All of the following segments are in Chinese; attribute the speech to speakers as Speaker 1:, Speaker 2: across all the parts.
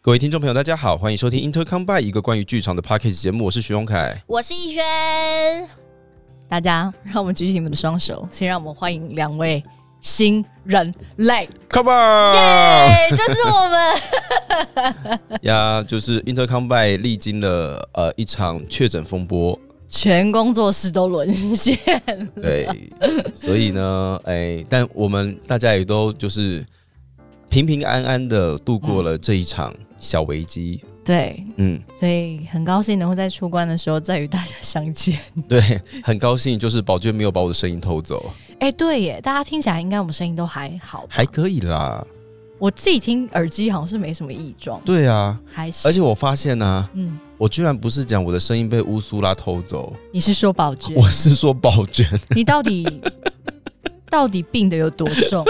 Speaker 1: 各位听众朋友，大家好，欢迎收听 Intercom by 一个关于剧场的 podcast 节目，我是徐荣凯。
Speaker 2: 我是逸轩，
Speaker 3: 大家，让我们举起你们的双手，先让我们欢迎两位新人 类。
Speaker 1: Come on
Speaker 2: 对，哎就是我们
Speaker 1: 呀，就是 Intercom by 历经了呃一场确诊风波，
Speaker 3: 全工作室都沦 陷，
Speaker 1: 对，所以呢，哎，但我们大家也都就是平平安安的度过了这一场小危机。
Speaker 3: 对，
Speaker 1: 嗯，
Speaker 3: 所以很高兴能够在出关的时候再与大家相 见。
Speaker 1: 对，很高兴就是宝娟没有把我的声音偷走，
Speaker 3: 哎、对耶，大家听起来应该我们声音都还好吧，
Speaker 1: 还可以啦。
Speaker 3: 我自己听耳机好像是没什么异状，
Speaker 1: 对啊，
Speaker 3: 还行。
Speaker 1: 而且我发现呢、啊
Speaker 3: 嗯，
Speaker 1: 我居然不是讲我的声音被乌苏拉偷走，
Speaker 3: 你是说宝娟
Speaker 1: 我，是说宝娟。
Speaker 3: 你到底到底病的有多重？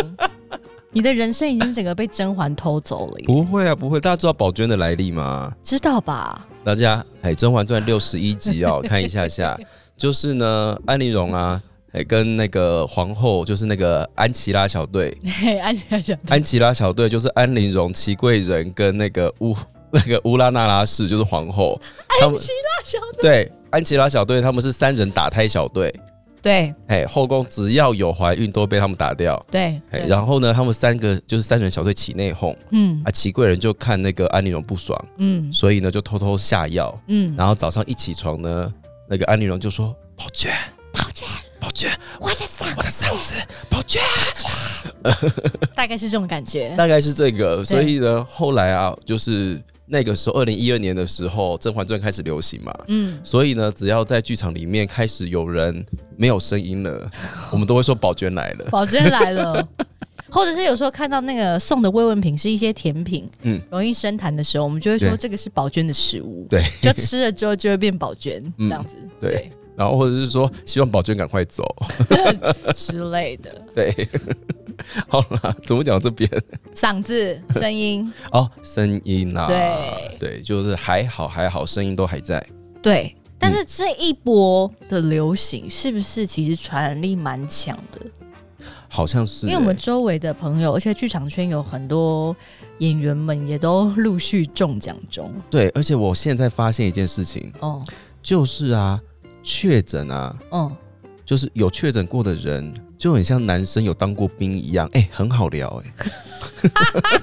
Speaker 3: 你的人生已经整个被甄嬛偷走了耶，
Speaker 1: 不会啊，不会，大家知道宝娟的来历吗？
Speaker 3: 知道吧？
Speaker 1: 大家，哎，《甄嬛传》六十一集哦，看一下 下，就是呢，安陵容啊，哎，跟那个皇后，就是那个安琪拉小 队，
Speaker 3: 嘿， 安全小
Speaker 1: 安琪拉小队就是安陵容、祺贵人跟那个乌 那个乌拉那拉氏，就是皇后，他们
Speaker 3: 小
Speaker 1: 对安琪拉小队，他们是三人打胎小队，
Speaker 3: 对
Speaker 1: 哎，后宫只要有怀孕都被他们打掉。
Speaker 3: 对，
Speaker 1: 哎，
Speaker 3: 对
Speaker 1: 然后呢，他们三个就是三人小队起内讧
Speaker 3: 嗯
Speaker 1: 啊，祺贵人就看那个安陵容不爽，
Speaker 3: 嗯
Speaker 1: 所以呢就偷偷下药，
Speaker 3: 嗯，
Speaker 1: 然后早上一起床呢，那个安陵容就说：“宝娟，宝娟，
Speaker 2: 我的嗓
Speaker 1: 宝娟，我的嗓子，宝娟。
Speaker 3: 大概是这种感”觉。
Speaker 1: 大概是这个，所以呢，后来啊，就是那个时候，二零一二年的时候，《甄嬛传》开始流行嘛。
Speaker 3: 嗯，
Speaker 1: 所以呢，只要在剧场里面开始有人没有声音了，我们都会说宝娟来了。
Speaker 3: 宝娟来 了，或者是有时候看到那个送的慰问品是一些甜品，
Speaker 1: 嗯
Speaker 3: 嗯，容易生痰的时候，我们就会说
Speaker 1: 对
Speaker 3: 这个是宝娟的食物，
Speaker 1: 对，
Speaker 3: 就吃了之后就会变宝娟
Speaker 1: 嗯
Speaker 3: 这样子，
Speaker 1: 对然后或者是说希望宝娟赶快走。
Speaker 3: 对之类的。
Speaker 1: 对， 好啦，怎么讲这边？
Speaker 3: 嗓子、声音，
Speaker 1: 哦，声音啦、
Speaker 3: 对
Speaker 1: 对，就是还好还好，声音都还在。
Speaker 3: 对。但
Speaker 1: 嗯
Speaker 3: 是这一波的流行是不是其实传染力蛮强的？
Speaker 1: 好像是、
Speaker 3: 因为我们周围的朋友，而且剧场圈有很多演员们也都陆续中奖中
Speaker 1: 对，而且我现在发现一件事情，
Speaker 3: 哦，
Speaker 1: 就是啊，确诊啊，
Speaker 3: 嗯，
Speaker 1: 就是有确诊过的人，就很像男生有当过兵一样，哎、很好聊、哎，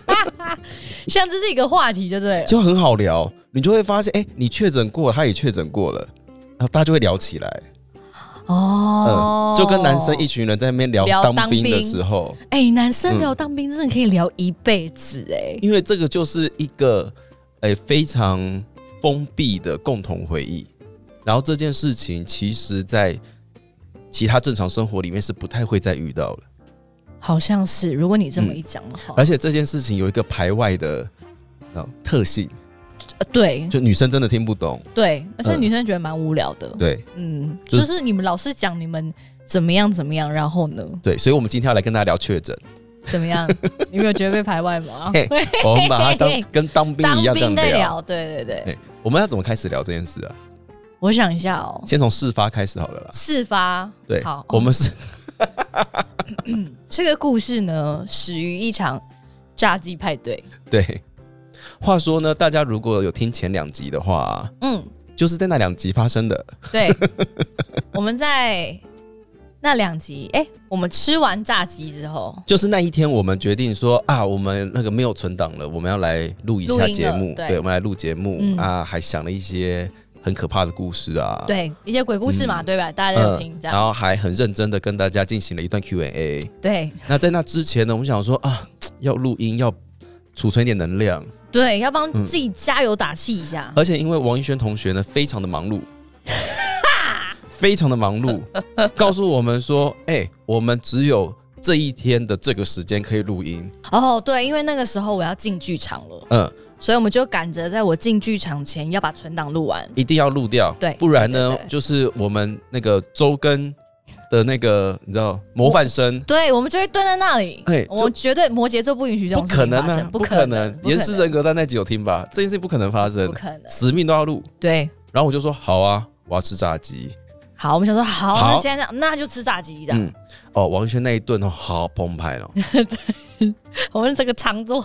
Speaker 3: 像这是一个话题，就对了。
Speaker 1: 就很好聊，你就会发现，哎、你确诊过了，他也确诊过了。然后大家就会聊起来，呃
Speaker 3: 哦、
Speaker 1: 就跟男生一群人在那边聊
Speaker 3: 聊
Speaker 1: 当
Speaker 3: 当
Speaker 1: 兵的
Speaker 3: 兵
Speaker 1: 时候，
Speaker 3: 哎、男生聊当兵真的可以聊一辈子哎、
Speaker 1: 因为这个就是一个哎、非常封闭的共同回忆。然后这件事情，其实在其他正常生活里面是不太会再遇到了。
Speaker 3: 好像是。如果你这么一讲的话，
Speaker 1: 而且这件事情有一个排外的呃特性，
Speaker 3: 呃对
Speaker 1: 就女生真的听不懂。
Speaker 3: 对，而且
Speaker 1: 嗯
Speaker 3: 女生觉得蛮无聊的。
Speaker 1: 对
Speaker 3: 嗯，
Speaker 1: 就
Speaker 3: 就是你们老是讲你们怎么样怎么样，然后呢
Speaker 1: 对，所以我们今天要来跟大家聊确诊，
Speaker 3: 怎么 样？你没有觉得被排外吗？
Speaker 1: 嘿我们把它当跟当 兵
Speaker 3: 哦当
Speaker 1: 一样这样
Speaker 3: 兵在
Speaker 1: 聊。
Speaker 3: 聊，对对对。
Speaker 1: 对，我们要怎么开始聊这件事啊？
Speaker 3: 我想一下哦，
Speaker 1: 先从事发开始好了啦。
Speaker 3: 事发
Speaker 1: 对
Speaker 3: 好，哦
Speaker 1: 我们是
Speaker 3: 这个故事呢，始于一场炸鸡派对。
Speaker 1: 对。话说呢，大家如果有听前两集的话，啊
Speaker 3: 嗯，
Speaker 1: 就是在那两集发生的。
Speaker 3: 对， 我们在那两集，哎、我们吃完炸鸡之后
Speaker 1: 就是那一天，我们决定说啊，我们那个没有存档了，我们要来录一下
Speaker 3: 录音了
Speaker 1: 节目。
Speaker 3: 对
Speaker 1: 对，我们来录节目、
Speaker 3: 嗯
Speaker 1: 啊，还想了一些很可怕的故事啊。
Speaker 3: 对一些鬼故事
Speaker 1: 嗯
Speaker 3: 嘛，对吧？大家都有听，这
Speaker 1: 然
Speaker 3: 样、
Speaker 1: 后还很认真的跟大家进行了一段 Q&A。
Speaker 3: 对
Speaker 1: 那在那之前呢，我们想说啊，要录音，要储存一点能量，
Speaker 3: 对，要帮
Speaker 1: 嗯
Speaker 3: 自己加油打气一下。
Speaker 1: 而且因为王一轩同学呢，非常的忙 碌，非常的忙碌，告诉我们说，哎、我们只有这一天的这个时间可以录音，
Speaker 3: 哦，对，因为那个时候我要进剧场了，
Speaker 1: 嗯，
Speaker 3: 所以我们就赶着在我进剧场前要把存档录完。
Speaker 1: 一定要录掉，
Speaker 3: 对
Speaker 1: 不然呢，
Speaker 3: 对对对
Speaker 1: 就是我们那个周更的那个，你知道模范生。
Speaker 3: 对，我们就会蹲在那里。
Speaker 1: 哎
Speaker 3: 我
Speaker 1: 这
Speaker 3: 绝对摩羯座不允许这
Speaker 1: 不
Speaker 3: 种事
Speaker 1: 可
Speaker 3: 情
Speaker 1: 能
Speaker 3: 发生，
Speaker 1: 啊！
Speaker 3: 不
Speaker 1: 可
Speaker 3: 可
Speaker 1: 能
Speaker 3: 能，！不可
Speaker 1: 严氏人格在那集有听吧？这件事情不可能发生
Speaker 3: 不，可能。
Speaker 1: 死命都要录。
Speaker 3: 对，
Speaker 1: 然后我就说好啊，我要吃炸鸡。
Speaker 3: 好，我们想说好，
Speaker 1: 好
Speaker 3: 那现在那就吃炸鸡这样。
Speaker 1: 嗯，哦，王轩那一顿哦，好澎湃 哦，
Speaker 3: 我们这个长桌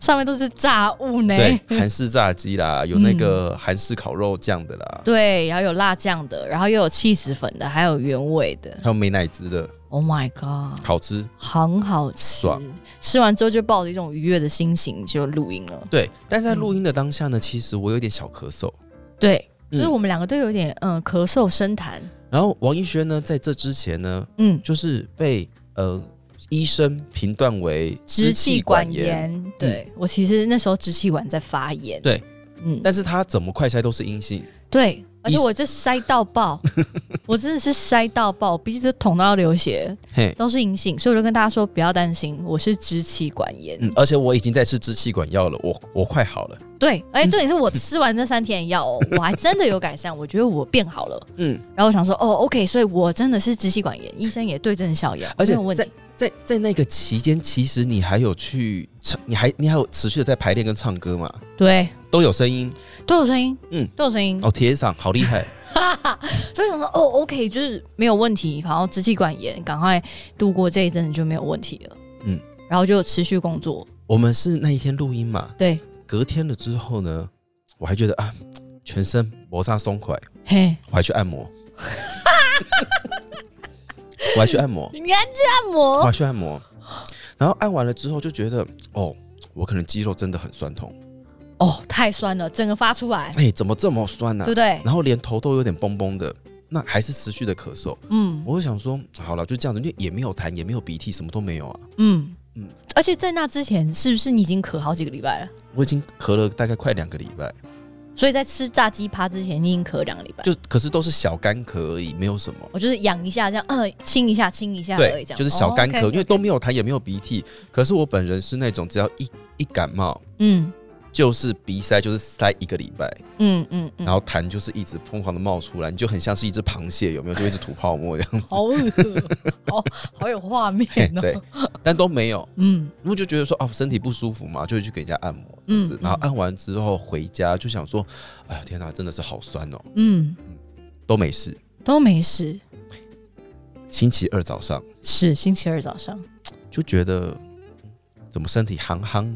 Speaker 3: 上面都是炸物呢，
Speaker 1: 对，韩式炸鸡 啦，有那
Speaker 3: 嗯
Speaker 1: 个韩式烤肉酱的啦，
Speaker 3: 对，然后有辣酱的，然后又有 cheese 粉的，还有原味的。
Speaker 1: 还有美乃滋的，
Speaker 3: Oh my god，
Speaker 1: 好吃。
Speaker 3: 很好吃
Speaker 1: 爽！
Speaker 3: 吃完之后就抱着一种愉悦的心情就录音了。
Speaker 1: 对，但
Speaker 3: 嗯
Speaker 1: 是在录音的当下呢，其实我有点小咳嗽。
Speaker 3: 对，
Speaker 1: 嗯
Speaker 3: 就是我们两个都有点嗯咳嗽生痰，
Speaker 1: 然后王一轩呢，在这之前呢，
Speaker 3: 嗯，
Speaker 1: 就是被呃医生评断为
Speaker 3: 支气管
Speaker 1: 炎，嗯
Speaker 3: 炎。对我其实那时候支气管在发炎。
Speaker 1: 对，
Speaker 3: 嗯，
Speaker 1: 但是他怎么快筛都是阴性。
Speaker 3: 对，而且
Speaker 1: 医
Speaker 3: 我这塞 到爆，我真的是塞到爆，鼻子捅到流血，
Speaker 1: 嘿，
Speaker 3: 都是阴性，所以我就跟大家说不要担心，我是支气管炎。
Speaker 1: 嗯，而且我已经在吃支气管药了，我我快好了。
Speaker 3: 对，而且重点是我吃完这三天的药、哦，我还真的有改善，我觉得我变好了。
Speaker 1: 嗯，
Speaker 3: 然后我想说，哦，OK，所以我真的是支气管炎，医生也对症下药，
Speaker 1: 而且
Speaker 3: 没有问题。
Speaker 1: 在在那个期间，其实你还有去唱，你还你还有持续的在排练跟唱歌嘛，
Speaker 3: 对，
Speaker 1: 都有声音
Speaker 3: 都有声音，
Speaker 1: 嗯
Speaker 3: 嗯，都有声音。
Speaker 1: 哦，铁嗓好厉 害。
Speaker 3: 所以想说，哦，OK，就是没有问题，然后支气管炎，赶快度过这一阵子就没有问题了。
Speaker 1: 嗯
Speaker 3: 嗯，然后就持续工作。
Speaker 1: 我们是那一天录音嘛，
Speaker 3: 对，
Speaker 1: 隔天了之后呢，我还觉得啊，全身摩擦松快，
Speaker 3: 嘿，
Speaker 1: 我还去按 摩，我还去按摩，
Speaker 3: 你还去按
Speaker 1: 我
Speaker 3: 摩
Speaker 1: 还？去按摩，然后按完了之后就觉得哦，我可能肌肉真的很酸痛，
Speaker 3: 哦，太酸了，整个发出来，
Speaker 1: 哎、怎么这么酸呢、
Speaker 3: 对不对？
Speaker 1: 然后连头都有点崩崩的，那还是持续的咳嗽。
Speaker 3: 嗯
Speaker 1: 我就想说，好了，就这样子，因为也没有痰，也没有鼻涕，什么都没有啊。
Speaker 3: 嗯
Speaker 1: 嗯
Speaker 3: 嗯。而且在那之前，是不是你已经咳好几个礼拜了？
Speaker 1: 我已经咳了大概快两个礼拜，
Speaker 3: 所以在吃炸鸡趴之前，你已经咳两个礼拜。
Speaker 1: 就可是都是小干咳而已，没有什么。
Speaker 3: 我就是痒一下，这样，嗯、亲一下，亲一下而
Speaker 1: 对
Speaker 3: 已，这，样
Speaker 1: 就是小干
Speaker 3: 哦
Speaker 1: 咳，
Speaker 3: ，OK
Speaker 1: 因为都没有痰，也没有鼻涕。可是我本人是那种只要一一感冒，
Speaker 3: 嗯
Speaker 1: 就是鼻塞，就是塞一个礼拜，
Speaker 3: 嗯嗯嗯，
Speaker 1: 然后痰就是一直疯狂的冒出来，你就很像是一只螃蟹，有没有？就一直吐泡沫这样
Speaker 3: 好恶哦，好好有画面
Speaker 1: 嘿。
Speaker 3: 哦。
Speaker 1: 对， 但都没有，
Speaker 3: 嗯
Speaker 1: 我就觉得说哦，身体不舒服嘛，就会去给人家按摩这样子。
Speaker 3: 嗯嗯
Speaker 1: 然后按完之后回家就想说，哎呀天哪，真的是好酸哦，
Speaker 3: 嗯，
Speaker 1: 都没事。
Speaker 3: 都没事。
Speaker 1: 星期二早上
Speaker 3: 是星期二早上，
Speaker 1: 就觉得怎么身体憨憨，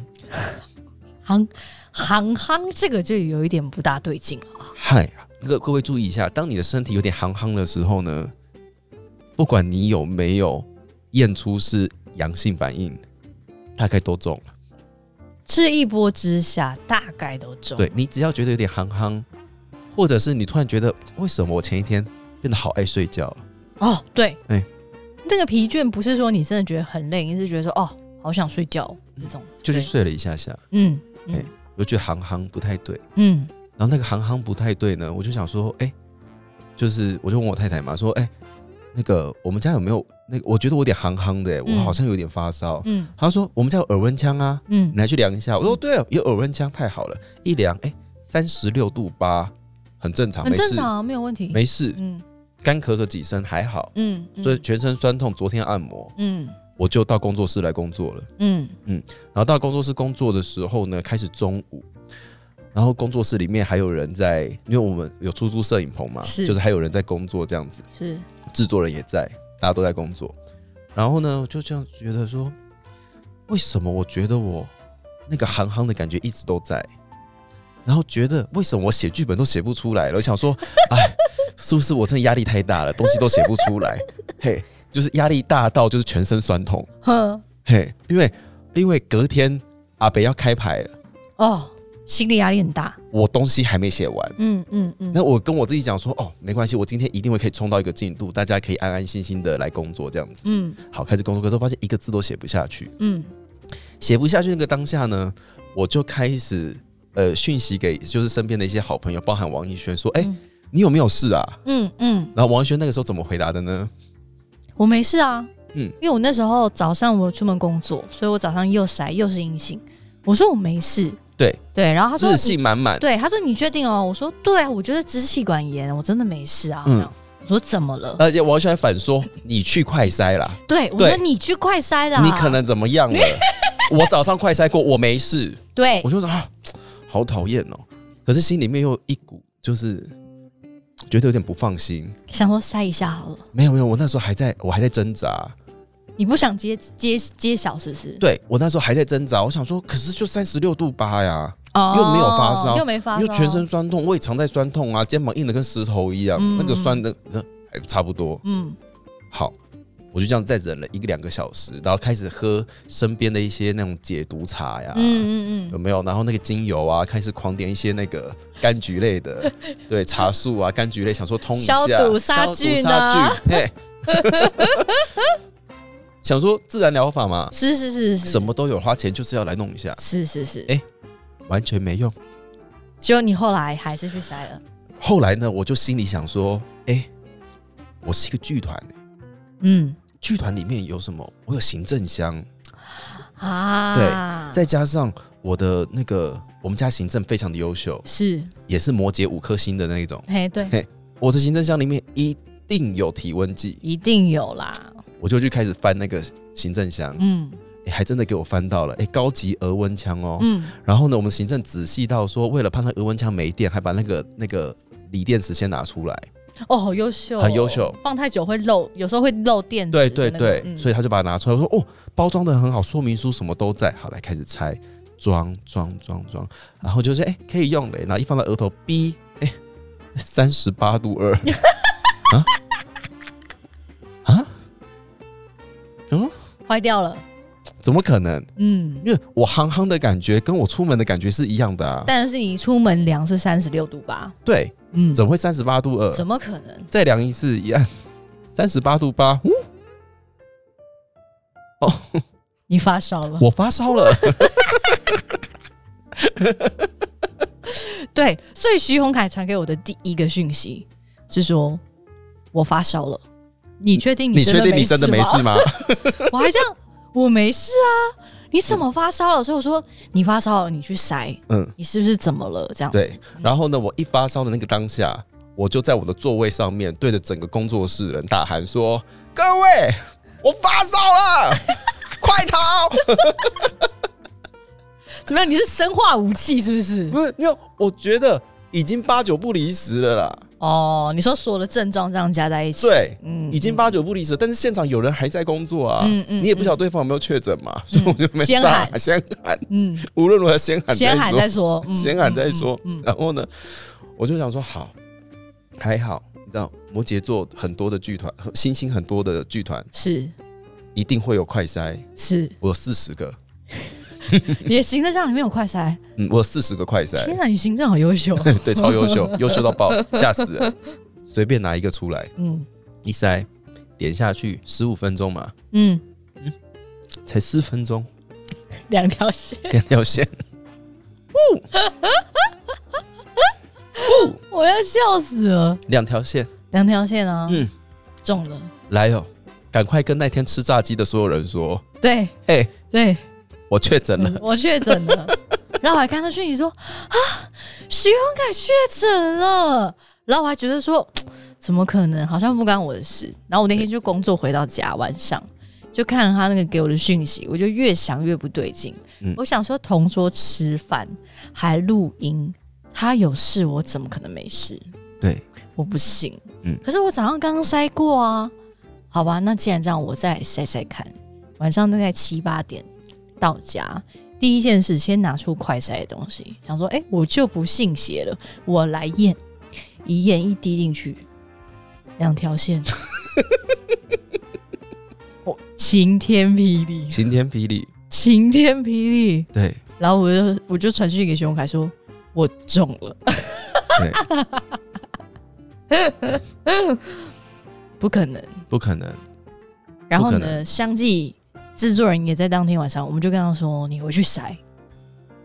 Speaker 3: 行行行，这个就有一点不大对劲了啊。
Speaker 1: 嗨，各各位注意一下，当你的身体有点憨憨的时候呢，不管你有没有验出是阳性反应，大概都中了。
Speaker 3: 这一波之下，大概都中。
Speaker 1: 对你只要觉得有点憨憨，或者是你突然觉得为什么我前一天变得好爱睡觉，
Speaker 3: 哦，对，
Speaker 1: 哎
Speaker 3: 那个疲倦不是说你真的觉得很累，你是觉得说哦，好想睡觉这种，
Speaker 1: 就去
Speaker 3: 对
Speaker 1: 睡了一下下，
Speaker 3: 嗯
Speaker 1: 哎我就觉得憨憨不太对。
Speaker 3: 嗯
Speaker 1: 然后那个行行不太对呢，我就想说，哎、就是我就问我太太嘛，说，哎、那个我们家有没有那个？我觉得我有点行行的、我
Speaker 3: 嗯
Speaker 1: 好像有点发烧。
Speaker 3: 嗯
Speaker 1: 她说我们家有耳温枪啊，
Speaker 3: 嗯
Speaker 1: 你，来去量一下。我说对哦，有耳温枪太好了，一量，哎、三十六度八，很正常，
Speaker 3: 很
Speaker 1: 没
Speaker 3: 正
Speaker 1: 事，
Speaker 3: 常啊，没有问题。
Speaker 1: 没事，
Speaker 3: 嗯
Speaker 1: 干咳个几声还好。
Speaker 3: 嗯，嗯
Speaker 1: 所以全身酸痛，昨天按摩，
Speaker 3: 嗯
Speaker 1: 我就到工作室来工作了。
Speaker 3: 嗯
Speaker 1: 然后到工作室工作的时候呢，开始中午，然后工作室里面还有人在，因为我们有出租摄影棚嘛，
Speaker 3: 是
Speaker 1: 就是还有人在工作这样子，
Speaker 3: 是
Speaker 1: 制作人也在，大家都在工作。然后呢，我就这样觉得说，为什么我觉得我那个行行的感觉一直都在，然后觉得为什么我写剧本都写不出来了？我想说， 哎，是不是我真的压力太大了，东西都写不出来？ 嘿，就是压力大到就是全身酸痛。
Speaker 3: 哼
Speaker 1: 嘿，因为因为隔天阿北要开牌了，
Speaker 3: 哦，心理压力很大。
Speaker 1: 我东西还没写完。
Speaker 3: 嗯嗯嗯
Speaker 1: 那我跟我自己讲说，哦，没关系，我今天一定会可以冲到一个进度，大家可以安安心心的来工作，这样子。
Speaker 3: 嗯
Speaker 1: 好，开始工作，可是我发现一个字都写不下去，
Speaker 3: 嗯
Speaker 1: 写不下去那个当下呢，我就开始呃讯息给就是身边的一些好朋友，包含王一轩说，哎、
Speaker 3: 嗯
Speaker 1: 你有没有事啊？
Speaker 3: 嗯嗯，
Speaker 1: 然后王一轩那个时候怎么回答的呢？
Speaker 3: 我没事啊。
Speaker 1: 嗯
Speaker 3: 嗯，因为我那时候早上我出门工作，所以我早上又筛又是阴性。我说我没事。
Speaker 1: 对
Speaker 3: 对，然后他哦说
Speaker 1: 自信满满，
Speaker 3: 对，他说你确定哦？我说对啊，我觉得支气管炎，我真的没事啊。
Speaker 1: 嗯
Speaker 3: 这样，我说怎么了？
Speaker 1: 而且王一轩还反说，你去快筛啦，
Speaker 3: 对，我
Speaker 1: 对
Speaker 3: 说你去快筛啦。
Speaker 1: 你可能怎么样 了？我早上快筛过，我没事。
Speaker 3: 对
Speaker 1: 我，就说啊，好讨厌哦。可是心里面又一股就是觉得有点不放心。
Speaker 3: 想说筛一下好了，
Speaker 1: 没有没有，我那时候还在我还在挣扎，
Speaker 3: 你不想揭揭揭晓是不是？
Speaker 1: 对我那时候还在挣扎，我想说，可是就三十六度八呀，
Speaker 3: 哦
Speaker 1: 又没有发烧
Speaker 3: 又没发烧，
Speaker 1: 又全身酸痛，胃肠在酸痛啊，肩膀硬的跟石头一样，
Speaker 3: 嗯
Speaker 1: 那个酸的呃还差不多。
Speaker 3: 嗯
Speaker 1: 好，我就这样再忍了一个两个小时，然后开始喝身边的一些那种解毒茶呀。
Speaker 3: 嗯嗯
Speaker 1: 有
Speaker 3: 嗯，
Speaker 1: 没有？然后那个精油啊，开始狂点一些那 个柑橘类的，对茶树啊、柑橘类，想说通一下
Speaker 3: 消毒
Speaker 1: 消
Speaker 3: 杀
Speaker 1: 毒
Speaker 3: 菌
Speaker 1: 杀
Speaker 3: 啊
Speaker 1: 菌，嘿，想说自然疗法嘛，
Speaker 3: 是是是是
Speaker 1: 什？么都有，花钱就是要来弄一下，
Speaker 3: 是是是，
Speaker 1: 哎完全没用。
Speaker 3: 结果你后来还是去筛了，
Speaker 1: 后来呢，我就心里想说，哎、我是一个剧团、欸，
Speaker 3: 嗯
Speaker 1: 剧团里面有什么？我有行政箱，
Speaker 3: 啊，
Speaker 1: 再加上我的那个我们家行政非常的优秀，
Speaker 3: 是，
Speaker 1: 也是摩羯五颗星的那一种。
Speaker 3: 嘿对，
Speaker 1: 我的行政箱里面一定有体温计，
Speaker 3: 一定有啦，
Speaker 1: 我就去开始翻那个行政箱，
Speaker 3: 嗯
Speaker 1: 欸还真的给我翻到了，哎、高级额温枪哦。
Speaker 3: 嗯，
Speaker 1: 然后呢，我们行政仔细到说，为了怕那额温枪没电，还把那个那个锂电池先拿出来。
Speaker 3: 哦，好优秀哦，
Speaker 1: 很优秀
Speaker 3: 放太久会漏，有时候会漏电
Speaker 1: 对
Speaker 3: 池
Speaker 1: 对
Speaker 3: 的那个，嗯
Speaker 1: 对，所
Speaker 3: 以
Speaker 1: 以他就把它拿出来，我说哦，包装的很好，说明书什么都在，好来开始拆，装装装装，然后就是哎、可以用了，然后一放到额头，B 哎三十八度二啊啊，嗯，
Speaker 3: 坏掉了，
Speaker 1: 怎么可能？
Speaker 3: 嗯，
Speaker 1: 因为我夯夯的感觉跟我出门的感觉是一样的啊，
Speaker 3: 但是你出门量是三十六度八，
Speaker 1: 对，
Speaker 3: 嗯，
Speaker 1: 怎么会三十八度二？
Speaker 3: 怎么可能？
Speaker 1: 再量一次一按，三十八度八，呜
Speaker 3: 你发烧了？
Speaker 1: 我发烧了，
Speaker 3: 对，所以徐宏凯传给我的第一个讯息是说，我发烧了，你确定
Speaker 1: 你
Speaker 3: 你
Speaker 1: 确定你真的没
Speaker 3: 吗？
Speaker 1: 事吗？
Speaker 3: 我还这样，我没事啊，你怎么发烧了？所以我说你发烧了，你去筛，
Speaker 1: 嗯。
Speaker 3: 你是不是怎么了？这样，
Speaker 1: 对，然后呢，我一发烧的那个当下，我就在我的座位上面对着整个工作室人大喊说：“各位，我发烧了， 快逃！”
Speaker 3: 怎么样？你是生化武器是不是？
Speaker 1: 不是，因为我觉得已经八九不离十了啦，
Speaker 3: 哦，你说所有的症状这样加在一起，，
Speaker 1: 对，
Speaker 3: 嗯
Speaker 1: 已经八九不离十，但是现场有人还在工作啊。
Speaker 3: 嗯嗯
Speaker 1: 你也不晓得对方有没有确诊嘛，所以我就没
Speaker 3: 先
Speaker 1: 大
Speaker 3: 喊
Speaker 1: 先喊，
Speaker 3: 嗯，
Speaker 1: 无论如何先喊再
Speaker 3: 先喊
Speaker 1: 说
Speaker 3: 再说，嗯
Speaker 1: 先喊再说。
Speaker 3: 嗯，嗯嗯
Speaker 1: 然后呢，我就想说好，还好，你知道摩羯座很多的剧团，星星很多的剧团
Speaker 3: 是
Speaker 1: 一定会有快筛，
Speaker 3: 是，
Speaker 1: 我有四十个，
Speaker 3: 也行。那这样里面有快筛，
Speaker 1: 嗯，我有四十个快
Speaker 3: 天
Speaker 1: 筛，
Speaker 3: 哪，你行政好优秀，
Speaker 1: 对，超优秀，优秀到爆，吓死人！随便拿一个出来
Speaker 3: 嗯
Speaker 1: 一筛，点下去十五分钟嘛，
Speaker 3: 嗯，
Speaker 1: 才四分钟，
Speaker 3: 两条线，
Speaker 1: 两条线，
Speaker 3: 我要笑死了，
Speaker 1: 两条线，
Speaker 3: 两条线啊，
Speaker 1: 嗯
Speaker 3: 嗯，中了，
Speaker 1: 来哦，赶快跟那天吃炸鸡的所有人说，
Speaker 3: 对
Speaker 1: 嘿，
Speaker 3: 对，
Speaker 1: 我确诊了，
Speaker 3: 嗯我确诊了， 然后我还看到讯息说啊，徐宏凯确诊了，然后我还觉得说怎么可能，好像不干我的事。然后我那天就工作回到家，晚上就看他那个给我的讯息，我就越想越不对劲。
Speaker 1: 嗯
Speaker 3: 我想说同桌吃饭还录音，他有事我怎么可能没事？
Speaker 1: 对，
Speaker 3: 我不信。
Speaker 1: 嗯
Speaker 3: 可是我早上刚刚筛过啊，好吧，那既然这样，我再筛筛看。晚上大概七八点到家，第一件事先拿出快筛的东西，想说，哎、我就不信邪了，我来验，一验一滴进去，两条线，我晴天霹雳，
Speaker 1: 晴天霹雳，
Speaker 3: 晴天霹雳。
Speaker 1: 对
Speaker 3: 然后我就我就传讯息给徐宏凯说，我中了，
Speaker 1: 对，
Speaker 3: 不可能。
Speaker 1: 不可能。
Speaker 3: 然后
Speaker 1: 不可
Speaker 3: 呢，相继制作人也在当天晚上，我们就跟他说：“你回去筛，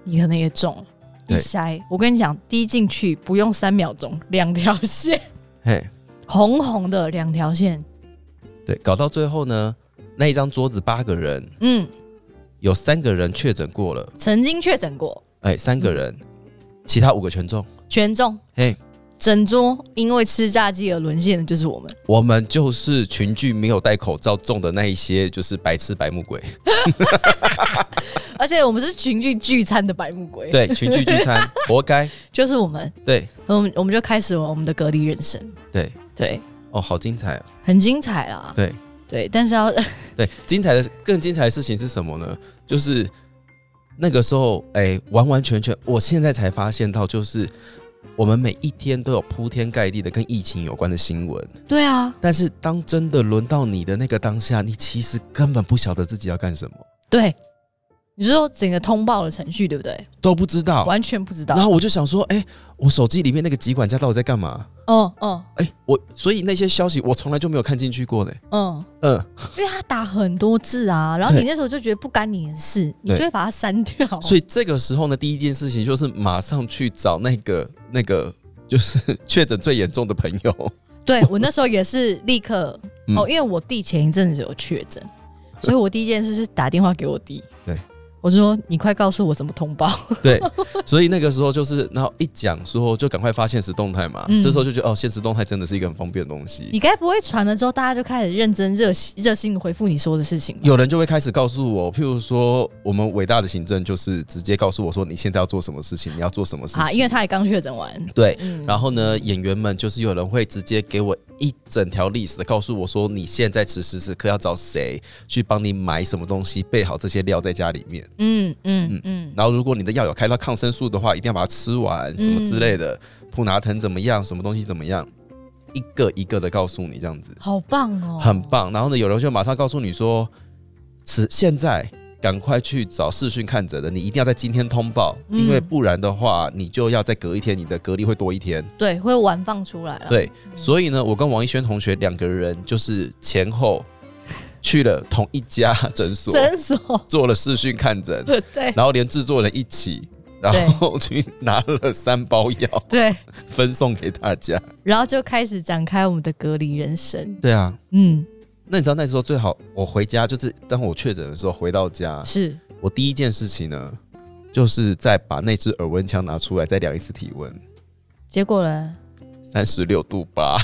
Speaker 3: 你可能也中了。”一
Speaker 1: 对
Speaker 3: 筛，我跟你讲，滴进去不用三秒钟，两条线，
Speaker 1: 嘿，
Speaker 3: 红红的两条线，
Speaker 1: 对，搞到最后呢，那一张桌子八个人，
Speaker 3: 嗯，
Speaker 1: 有三个人确诊过了，
Speaker 3: 曾经确诊过，
Speaker 1: 哎、三个人，其他五个全中。
Speaker 3: 全中。
Speaker 1: 嘿，
Speaker 3: 整桌因为吃炸鸡而沦陷的就是我们。
Speaker 1: 我们就是群聚没有戴口罩中的那一些，就是白痴白目鬼。
Speaker 3: 而且我们是群聚聚餐的白目鬼，，
Speaker 1: 对，群聚聚餐，活该。
Speaker 3: 就是我们，
Speaker 1: 对
Speaker 3: 我们我们就开始了我们的隔离人生，
Speaker 1: 对，
Speaker 3: 对，
Speaker 1: 哦，好精彩哦！
Speaker 3: 很精彩啦，
Speaker 1: 对
Speaker 3: 对，但是要
Speaker 1: 对，精彩的更精彩的事情是什么呢？就是那个时候，哎、完完全全，我现在才发现到，就是我们每一天都有铺天盖地的跟疫情有关的新闻，
Speaker 3: 对啊，
Speaker 1: 但是当真的轮到你的那个当下，你其实根本不晓得自己要干什么，
Speaker 3: 对，你说整个通报的程序对不对？
Speaker 1: 都不知道。
Speaker 3: 完全不知道
Speaker 1: 然，后我就想说，哎、我手机里面那个集管家到底在干嘛？
Speaker 3: 哦哦
Speaker 1: 哎、我所以那些消息我从来就没有看进去过呢。
Speaker 3: 嗯，
Speaker 1: 嗯，
Speaker 3: 因为他打很多字啊，然后
Speaker 1: 对
Speaker 3: 你那时候就觉得不干你的事，你
Speaker 1: 对
Speaker 3: 就会把它删掉，
Speaker 1: 所以这个时候呢，第一件事情就是马上去找那个那个就是 确诊最严重的朋友。
Speaker 3: 对我那时候也是立刻、
Speaker 1: 嗯
Speaker 3: 哦，因为我弟前一阵子有确诊，所以我第一件事是打电话给我弟，
Speaker 1: 对，
Speaker 3: 我说你快告诉我怎么通报，
Speaker 1: 对，所以那个时候就是，然后一讲说就赶快发现实动态嘛。
Speaker 3: 嗯
Speaker 1: 这时候就觉得哦，现实动态真的是一个很方便的东西。
Speaker 3: 你该不会传了之后大家就开始认真热心热心的回复你说的事情吧？
Speaker 1: 有人就会开始告诉我，譬如说，我们伟大的行政就是直接告诉我说，你现在要做什么事情，你要做什么事情。
Speaker 3: 啊，因为他也刚确诊完，
Speaker 1: 对，
Speaker 3: 嗯，
Speaker 1: 然后呢，演员们就是有人会直接给我一整条 list，告诉我说你现在此时此刻要找谁去帮你买什么东西，备好这些料在家里面。
Speaker 3: 嗯嗯嗯，
Speaker 1: 然后如果你的药有开到抗生素的话，一定要把它吃完，什么
Speaker 3: 嗯
Speaker 1: 之类的。普拿疼怎么样？什么东西怎么样？一个一个的告诉你，这样子
Speaker 3: 好棒哦，
Speaker 1: 很。棒。然后呢，有人就马上告诉你说，此现在。赶快去找视讯看诊的，你一定要在今天通报，
Speaker 3: 嗯
Speaker 1: 因为不然的话，你就要再隔一天，你的隔离会多一天。
Speaker 3: 对，会晚放出来了。，嗯
Speaker 1: 对，所以呢，我跟王一轩同学两个人就是前后去了同一家诊所，
Speaker 3: 诊所，
Speaker 1: 做了视讯看诊，
Speaker 3: 对
Speaker 1: 然后连制作人一起，然后去拿了三包药
Speaker 3: 对，
Speaker 1: 分送给大家。
Speaker 3: 然后就开始展开我们的隔离人生。
Speaker 1: 对啊，
Speaker 3: 嗯，
Speaker 1: 那你知道那时候最好我回家，就是当我确诊的时候回到家，
Speaker 3: 是
Speaker 1: 我第一件事情呢，就是再把那只耳温枪拿出来再量一次体温，
Speaker 3: 结果呢？
Speaker 1: 三十六度八，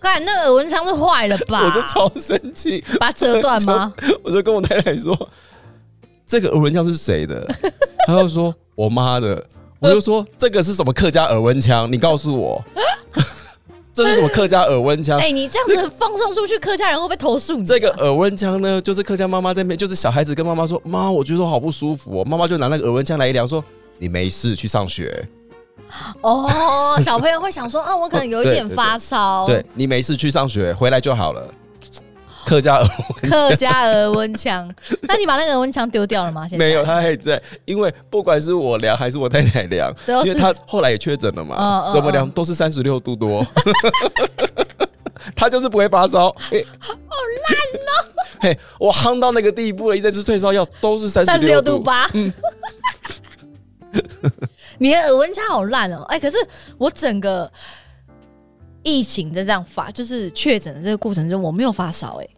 Speaker 3: 看那耳温枪是坏了 吧？
Speaker 1: 我就超生气，
Speaker 3: 把它折断吗？
Speaker 1: 我就跟我太太说，这个耳温枪是谁的？ 她就说我妈的。我就说这个是什么客家耳温枪？你告诉我， 这是什么客家耳温枪
Speaker 3: 哎、？你这样子放送出去，客家人会不会投诉你、啊？
Speaker 1: 这个耳温枪呢，就是客家妈妈在那边，就是小孩子跟妈妈说：“妈，我觉得我好不舒服、哦。”妈妈就拿那个耳温枪来一量，说：“你没事，去上学。
Speaker 3: 哦，小朋友会想说啊，我可能有一点发烧，
Speaker 1: 哦对你没事去上学，回来就好
Speaker 3: 哦
Speaker 1: 了。”客家 耳
Speaker 3: 客家耳温枪。那你把那个耳温枪丢掉了吗？现在
Speaker 1: 没有，他还在，因为不管是我量还是我太太量，
Speaker 3: 都
Speaker 1: 因
Speaker 3: 是
Speaker 1: 为他后来也确诊了
Speaker 3: 嗯
Speaker 1: 嘛，
Speaker 3: 嗯
Speaker 1: 怎么量都是三十六度多， 他就是不会发 烧。嘿好烂哦！ 嘿，我夯到那个地步了，一直吃退烧药都是三
Speaker 3: 三
Speaker 1: 十
Speaker 3: 十
Speaker 1: 六
Speaker 3: 六
Speaker 1: 度嗯
Speaker 3: 度。八。你的耳温枪好烂哦！哎、可是我整个疫情在这样发，就是确诊的这个过程中，我没有发烧，哎，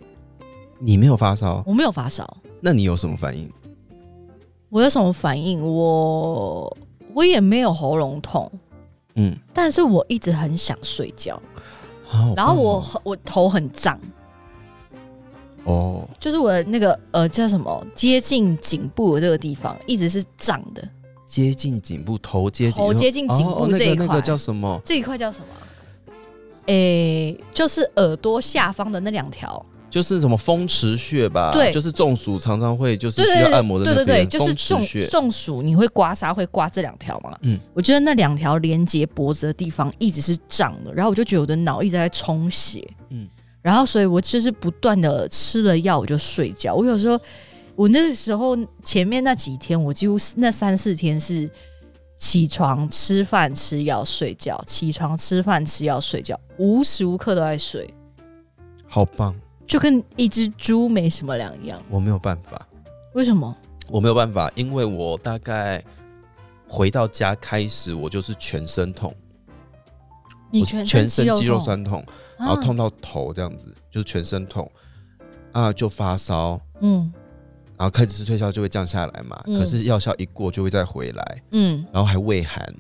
Speaker 1: 你没有发烧，
Speaker 3: 我没有发烧，
Speaker 1: 那你有什么反应？
Speaker 3: 我有什么反应？我我也没有喉咙痛，
Speaker 1: 嗯，
Speaker 3: 但是我一直很想睡觉，
Speaker 1: 好
Speaker 3: 然后
Speaker 1: 棒
Speaker 3: 我
Speaker 1: 哦
Speaker 3: 我头很胀，
Speaker 1: 哦，
Speaker 3: 就是我的那个呃叫什么接近颈部的这个地方一直是胀的，
Speaker 1: 接近颈部，头接近
Speaker 3: 头接近颈部
Speaker 1: 哦哦那
Speaker 3: 这一
Speaker 1: 个那
Speaker 3: 块
Speaker 1: 个叫什么？
Speaker 3: 这一块叫什么啊？诶、就是耳朵下方的那两条，
Speaker 1: 就是什么风池穴吧？
Speaker 3: 对
Speaker 1: 就是中暑常常会就是
Speaker 3: 对
Speaker 1: 需
Speaker 3: 对
Speaker 1: 要
Speaker 3: 对
Speaker 1: 按摩的
Speaker 3: 对
Speaker 1: 那
Speaker 3: 对
Speaker 1: 边
Speaker 3: 对，就是
Speaker 1: 风池
Speaker 3: 中
Speaker 1: 穴。
Speaker 3: 中暑你会刮痧会刮这两条嘛？
Speaker 1: 嗯
Speaker 3: 嗯，我觉得那两条连接脖子的地方一直是胀的，然后我就觉得我的脑一直在充血，
Speaker 1: 嗯
Speaker 3: 嗯，然后所以我就是不断的吃了药我就睡觉，我有时候我那个时候前面那几天我几乎是那三四天是起床吃饭吃药睡觉，起床吃饭吃药睡觉，无时无刻都在睡。
Speaker 1: 好棒，
Speaker 3: 就跟一只猪没什么两样。
Speaker 1: 我没有办法，
Speaker 3: 为什么？
Speaker 1: 我没有办法，因为我大概回到家开始，我就是全身痛，
Speaker 3: 你
Speaker 1: 我
Speaker 3: 全
Speaker 1: 全身肌肉
Speaker 3: 痛啊
Speaker 1: 酸痛，然后，痛到头这样子，就是全身痛啊，就发烧。
Speaker 3: 啊嗯
Speaker 1: 然后开始吃退烧就会降下来嘛，
Speaker 3: 嗯
Speaker 1: 可是药效一过就会再回来，
Speaker 3: 嗯，
Speaker 1: 然后还胃寒，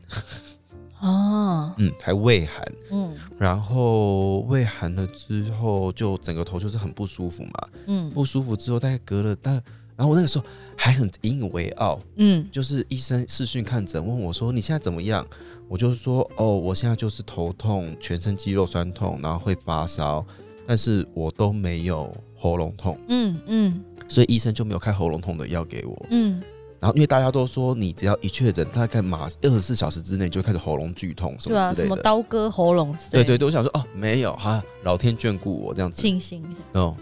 Speaker 3: 哦，
Speaker 1: 嗯，还胃寒，
Speaker 3: 嗯
Speaker 1: 然后胃寒了之后，就整个头就是很不舒服嘛，
Speaker 3: 嗯
Speaker 1: 不舒服之后大概隔了大，然后我那个时候还很引以为傲，
Speaker 3: 嗯
Speaker 1: 就是医生视讯看诊问我说你现在怎么样，我就说哦，我现在就是头痛，全身肌肉酸痛，然后会发烧，但是我都没有喉咙痛，
Speaker 3: 嗯嗯
Speaker 1: 所以医生就没有开喉咙痛的药给我。
Speaker 3: 嗯，
Speaker 1: 然后因为大家都说你只要一确诊，大概马二十四小时之内就开始喉咙剧痛什
Speaker 3: 对啊，
Speaker 1: 么之
Speaker 3: 什
Speaker 1: 类
Speaker 3: 么
Speaker 1: 的。
Speaker 3: 刀割喉咙之类
Speaker 1: 对
Speaker 3: 的，
Speaker 1: 对对，我想说哦，没有哈，老天眷顾我这样子。
Speaker 3: 庆幸一下，
Speaker 1: 哦，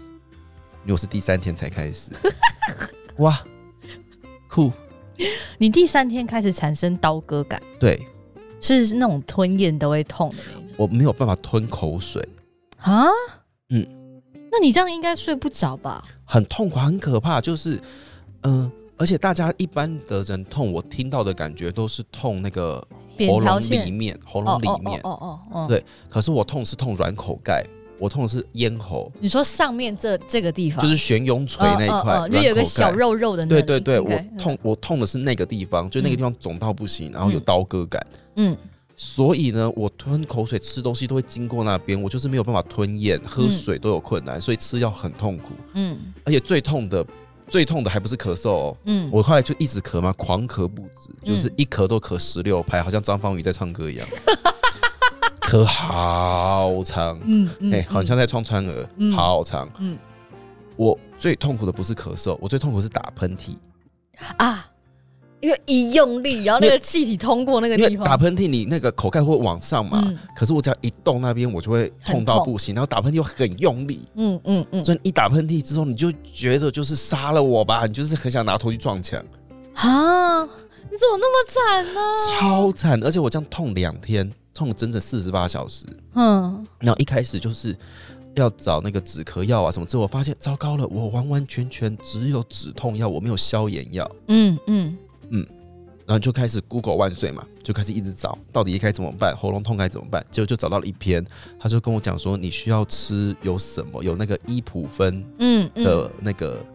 Speaker 1: 因为我是第三天才开始，哇，酷，
Speaker 3: 你第三天开始产生刀割感，
Speaker 1: 对
Speaker 3: 是那种吞咽都会痛的那种
Speaker 1: 我没有办法吞口水，
Speaker 3: 啊？
Speaker 1: 嗯，
Speaker 3: 那你这样应该睡不着吧？
Speaker 1: 很痛苦，很可怕，就是嗯、而且大家一般的人痛，我听到的感觉都是痛那个
Speaker 3: 扁
Speaker 1: 喉
Speaker 3: 桃
Speaker 1: 咙
Speaker 3: 腺
Speaker 1: 里面，喉
Speaker 3: 哦
Speaker 1: 咙
Speaker 3: 哦
Speaker 1: 里面，
Speaker 3: 哦哦哦哦，
Speaker 1: 对可是我痛是痛软口盖，我痛的是咽喉，
Speaker 3: 你说上面这这个地方
Speaker 1: 就是悬雍垂那一块，
Speaker 3: 哦哦哦就有一个
Speaker 1: 软口盖
Speaker 3: 小。肉肉的那
Speaker 1: 对
Speaker 3: 里，
Speaker 1: 对对，
Speaker 3: 应该嗯
Speaker 1: 我痛，我痛的是那个地方，就那个地方肿到不行，然后有
Speaker 3: 嗯
Speaker 1: 刀割感。
Speaker 3: 嗯
Speaker 1: 所以呢，我吞口水、吃东西都会经过那边，我就是没有办法吞咽，喝水都有困难，所以吃药很痛苦。
Speaker 3: 嗯
Speaker 1: 而且最痛的，最痛的还不是咳嗽哦，
Speaker 3: 嗯，
Speaker 1: 我后来就一直咳嘛，狂咳不止，就是一咳都咳十六拍，好像张方宇在唱歌一 样，咳好长，
Speaker 3: 嗯嗯，
Speaker 1: 哎、好像在唱川儿，
Speaker 3: 嗯
Speaker 1: 好长。
Speaker 3: 嗯
Speaker 1: 我最痛苦的不是咳嗽，我最痛苦是打喷嚏，
Speaker 3: 啊，因为一用力，然后那个气体通过那个
Speaker 1: 因为
Speaker 3: 地
Speaker 1: 打
Speaker 3: 方，
Speaker 1: 喷嚏你那个口盖会往上嘛，
Speaker 3: 嗯
Speaker 1: 可是我只要一动那边，我就会痛到
Speaker 3: 很痛
Speaker 1: 不行，然后打喷嚏又很用力，
Speaker 3: 嗯嗯嗯，
Speaker 1: 所以你一打喷嚏之后，你就觉得就是杀了我吧，你就是很想拿头去撞墙，
Speaker 3: 啊，你怎么那么惨呢？
Speaker 1: 超惨。而且我这样痛两天，痛了整整四十八小时。
Speaker 3: 嗯
Speaker 1: 然后一开始就是要找那个止咳药啊什么，之后我发现糟糕了，我完完全全只有止痛药，我没有消炎药。
Speaker 3: 嗯嗯
Speaker 1: 然后就开始 Google 万岁嘛，就开始一直找，到底该怎么办，喉咙痛该怎么办？结果就找到了一篇，他就跟我讲说，你需要吃有什么，有那个伊普芬
Speaker 3: 嗯嗯，
Speaker 1: 的那个，呃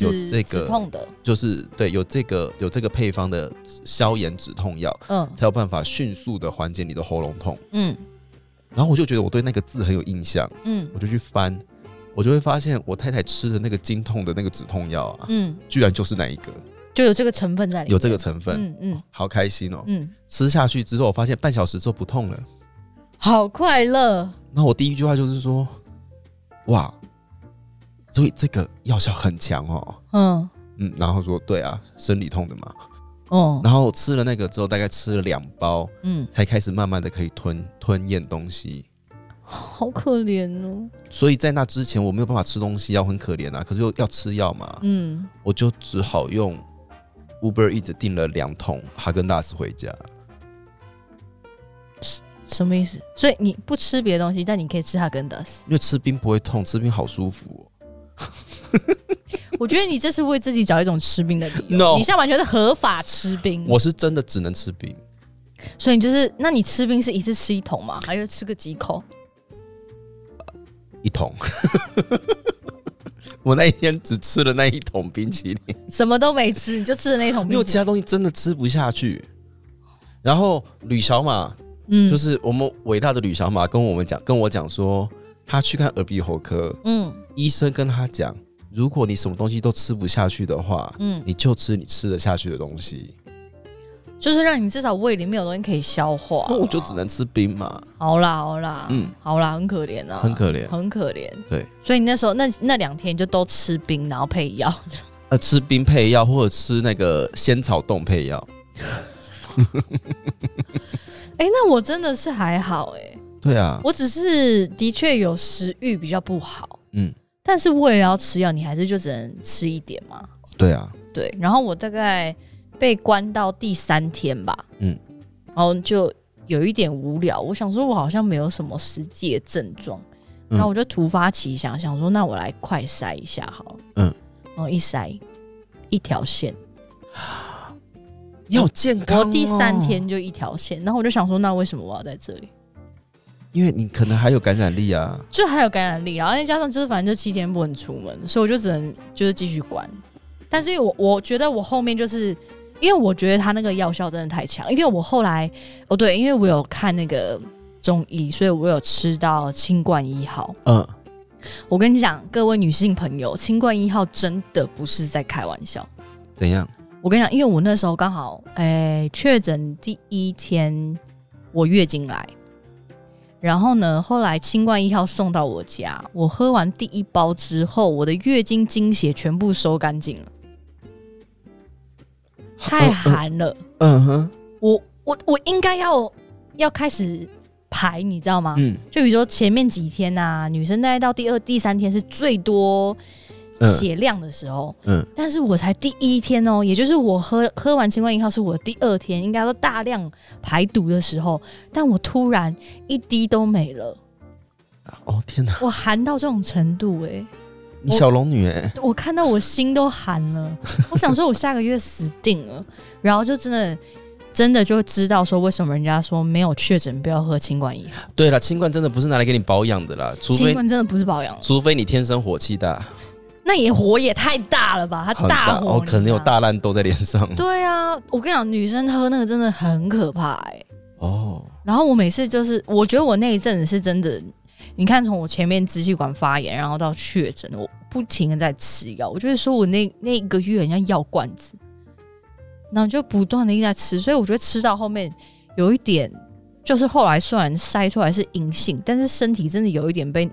Speaker 1: 有
Speaker 3: 止
Speaker 1: 这
Speaker 3: 止
Speaker 1: 个
Speaker 3: 痛的，
Speaker 1: 就是对，有这个有这个配方的消炎止痛药，
Speaker 3: 嗯
Speaker 1: 才有办法迅速的缓解你的喉咙痛。
Speaker 3: 嗯
Speaker 1: 然后我就觉得我对那个字很有印象，
Speaker 3: 嗯
Speaker 1: 我就去翻，我就会发现我太太吃的那个经痛的那个止痛药啊，
Speaker 3: 嗯，
Speaker 1: 居然就是那一个，
Speaker 3: 就有这个成分在里面，
Speaker 1: 有这个成分，
Speaker 3: 嗯嗯
Speaker 1: 好开心哦！
Speaker 3: 嗯，
Speaker 1: 吃下去之后，我发现半小时之后不痛了。
Speaker 3: 好快乐，
Speaker 1: 那我第一句话就是说，哇，所以这个药效很强哦。
Speaker 3: 嗯
Speaker 1: 嗯，然后说对啊，生理痛的嘛。
Speaker 3: 哦
Speaker 1: 然后吃了那个之后，大概吃了两包，
Speaker 3: 嗯，
Speaker 1: 才开始慢慢的可以吞吞咽东西。
Speaker 3: 好可怜哦，
Speaker 1: 所以在那之前，我没有办法吃东西，要很可怜啊。可是又要吃药嘛，
Speaker 3: 嗯，
Speaker 1: 我就只好用 Uber 一直订了两桶哈根达斯回家。
Speaker 3: 什么意思？所以你不吃别的东西，但你可以吃哈根达斯。
Speaker 1: 因为吃冰不会痛，吃冰好舒服、哦。
Speaker 3: 我觉得你这是为自己找一种吃冰的理由。
Speaker 1: No
Speaker 3: 你现在完全是合法吃冰，
Speaker 1: 我是真的只能吃冰，
Speaker 3: 所以你就是，那你吃冰是一次吃一桶吗？还是吃个几口？
Speaker 1: 一桶。 我那一天只吃了那一桶冰淇淋，
Speaker 3: 什么都没吃，你就吃了那一桶
Speaker 1: 因
Speaker 3: 冰
Speaker 1: 为其
Speaker 3: 淇淋。
Speaker 1: 他东西真的吃不下去。然后吕小马，
Speaker 3: 嗯
Speaker 1: 就是我们伟大的吕小马，跟我们讲，跟我讲说，他去看耳鼻喉科，
Speaker 3: 嗯
Speaker 1: 医生跟他讲，如果你什么东西都吃不下去的话，
Speaker 3: 嗯，
Speaker 1: 你就吃你吃得下去的东西。
Speaker 3: 就是让你至少胃里面有东西可以消化。
Speaker 1: 那我就只能吃冰嘛，
Speaker 3: 好啦好啦，嗯
Speaker 1: 嗯，
Speaker 3: 好啦，很可怜啊，
Speaker 1: 很可怜。
Speaker 3: 很可怜。
Speaker 1: 对，
Speaker 3: 所以你那时候那那两天就都吃冰，然后配药。
Speaker 1: 呃，吃冰配药或者吃那个仙草冻配药，
Speaker 3: 哎、那我真的是还好哎、
Speaker 1: 对啊，
Speaker 3: 我只是的确有食欲比较不好，
Speaker 1: 嗯，
Speaker 3: 但是为了要吃药，你还是就只能吃一点嘛。
Speaker 1: 对啊，
Speaker 3: 对，然后我大概被关到第三天吧，嗯
Speaker 1: 嗯，
Speaker 3: 然后就有一点无聊，我想说我好像没有什么实际的症状，
Speaker 1: 嗯
Speaker 3: 然后我就突发奇想，想说那我来快筛一下好了，嗯
Speaker 1: 嗯，
Speaker 3: 然后一筛一条线，
Speaker 1: 要健康、哦
Speaker 3: 我第三，天就一条线，然后我就想说那为什么我要在这里？
Speaker 1: 因为你可能还有感染力啊。
Speaker 3: 就还有感染力，然后再加上就是反正就七天不能出门，所以我就只能就是继续关。但是因为我我觉得我后面就是因为我觉得他那个药效真的太强。因为我后来哦对，因为我有看那个中医，所以我有吃到清冠一号。
Speaker 1: 嗯，
Speaker 3: 我跟你讲，各位女性朋友，清冠一号真的不是在开玩笑。
Speaker 1: 怎样？
Speaker 3: 我跟你讲，因为我那时候刚好诶确诊第一天，我月经来，然后呢，后来清冠一号送到我家，我喝完第一包之后，我的月经经血全部收干净了，太寒了，
Speaker 1: 嗯哼，
Speaker 3: 我我我应该要要开始排，你知道吗？
Speaker 1: 嗯
Speaker 3: 就比如说前面几天呐、女生大概到第二、第三天是最多
Speaker 1: 嗯
Speaker 3: 血量的时候，
Speaker 1: 嗯，
Speaker 3: 但是我才第一天哦，也就是我喝喝完清冠一号是我第二天，应该说大量排毒的时候，但我突然一滴都没了，
Speaker 1: 哦天哪，
Speaker 3: 我寒到这种程度哎、
Speaker 1: 你小龙女哎、
Speaker 3: 我看到我心都寒了，我想说我下个月死定了，然后就真的真的就知道说为什么人家说没有确诊不要喝清冠一号，
Speaker 1: 对了，清冠真的不是拿来给你保养的啦，除
Speaker 3: 清
Speaker 1: 非
Speaker 3: 冠真的不是保养，
Speaker 1: 除非你天生火气大，
Speaker 3: 那也火也太大了吧，它
Speaker 1: 很
Speaker 3: 大火
Speaker 1: 哦，可能有。
Speaker 3: 你知道吗
Speaker 1: 大烂痘在脸上。
Speaker 3: 对啊，我跟你讲，女生喝那个真的很可怕哎、
Speaker 1: 哦，
Speaker 3: 然后我每次就是，我觉得我那一阵子是真的，你看从我前面支气管发炎，然后到确诊，我不停的在吃药，我就是说我那那一个月很像药罐子，然后就不断的一直在吃，所以我觉得吃到后面有一点，就是后来虽然筛出来是阴性，但是身体真的有一点被，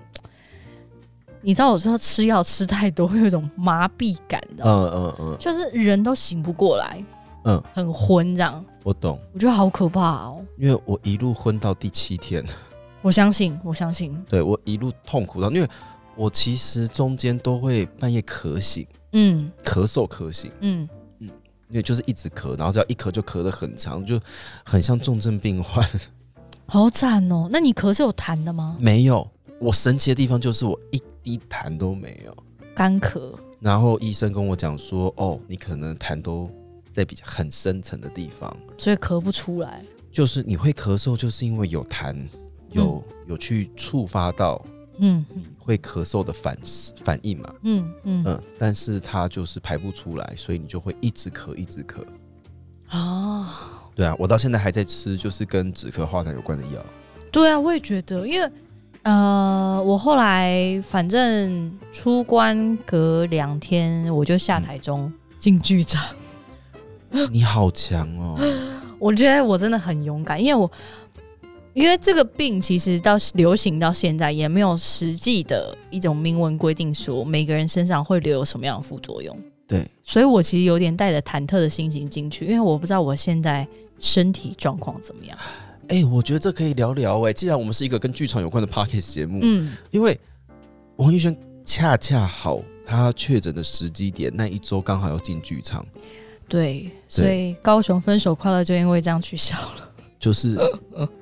Speaker 3: 你知道，我知道吃药吃太多会有一种麻痹感的，
Speaker 1: 嗯嗯嗯，
Speaker 3: 就是人都醒不过来，
Speaker 1: 嗯，
Speaker 3: 很昏这样，
Speaker 1: 我懂，
Speaker 3: 我觉得好可怕哦。
Speaker 1: 因为我一路昏到第七天，
Speaker 3: 我相信，我相信，
Speaker 1: 对我一路痛苦到，因为我其实中间都会半夜咳醒，
Speaker 3: 嗯。
Speaker 1: 咳嗽咳醒，
Speaker 3: 嗯，
Speaker 1: 因为就是一直咳，然后只要一咳就咳得很长，就很像重症病患。
Speaker 3: 好惨哦。那你咳是有痰的吗？
Speaker 1: 没有，我神奇的地方就是我一滴痰都没有。
Speaker 3: 干咳。
Speaker 1: 然后医生跟我讲说，哦，你可能痰都在比较很深层的地方，
Speaker 3: 所以咳不出来，
Speaker 1: 就是你会咳嗽，就是因为有痰，有、有去触发到
Speaker 3: 嗯
Speaker 1: 会咳嗽的反反应嘛，
Speaker 3: 嗯嗯
Speaker 1: 嗯，但是它就是排不出来，所以你就会一直咳，一直咳。
Speaker 3: 啊，
Speaker 1: 对啊，我到现在还在吃，就是跟止咳化痰有关的 药。
Speaker 3: 对啊，我也觉得，因为呃，我后来反正出关隔两天，我就下台中嗯进剧场。
Speaker 1: 你好强 哦！
Speaker 3: 我觉得我真的很勇敢，因为我因为这个病其实到流行到现在也没有实际的一种明文规定说每个人身上会留有什么样的副作用。
Speaker 1: 对，
Speaker 3: 所以我其实有点带着忐忑的心情进去，因为我不知道我现在身体状况怎么样。
Speaker 1: 哎、我觉得这可以聊聊哎、既然我们是一个跟剧场有关的 podcast 节目，
Speaker 3: 嗯，
Speaker 1: 因为王玉轩恰恰好他确诊的时机点那一周刚好要进剧场，
Speaker 3: 对，所以高雄分手快乐就因为这样取消了，
Speaker 1: 就是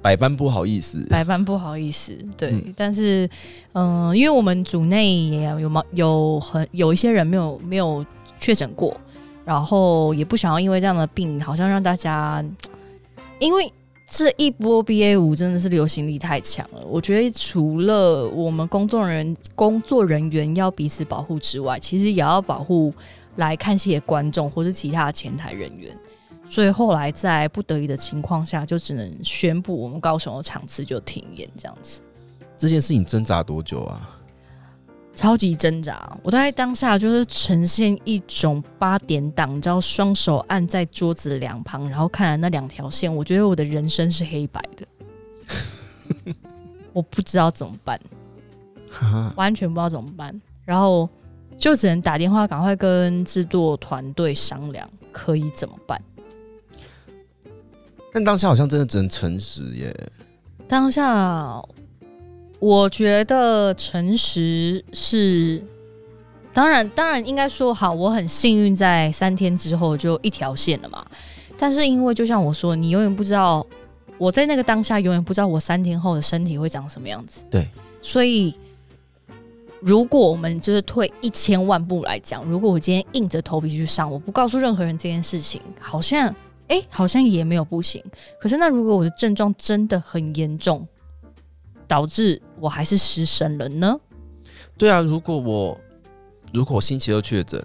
Speaker 1: 百般不好意思。
Speaker 3: 呃百般不好意思。对，
Speaker 1: 嗯
Speaker 3: 但是嗯、因为我们组内也有嘛有很有一些人没有没有确诊过，然后也不想要因为这样的病，好像让大家因为。这一波 BA 五真的是流行力太强了，我觉得除了我们工作人员工作人员要彼此保护之外，其实也要保护来看戏的观众或是其他的前台人员。所以后来在不得已的情况下，就只能宣布我们高雄的场次就停演这样子，
Speaker 1: 这件事情挣扎多久啊？
Speaker 3: 超级挣扎。我大概当下就是呈现一种八点档，你知道，双手按在桌子两旁，然后看着那两条线，我觉得我的人生是黑白的， 我不知道怎么办。
Speaker 1: 哈
Speaker 3: 完全不知道怎么办，然后就只能打电话赶快跟制作团队商量可以怎么办。
Speaker 1: 但当下好像真的只能诚实耶。
Speaker 3: 当下我觉得诚实是，当然当然应该说好，我很幸运在三天之后就一条线了嘛。但是因为就像我说，你永远不知道我在那个当下永远不知道我三天后的身体会长什么样子。
Speaker 1: 对，
Speaker 3: 所以如果我们就是退一千万步来讲，如果我今天硬着头皮去上，我不告诉任何人这件事情，好像诶，好像也没有不行。可是那如果我的症状真的很严重，导致我还是失身了呢？
Speaker 1: 对啊，如果我如果我星期二确诊，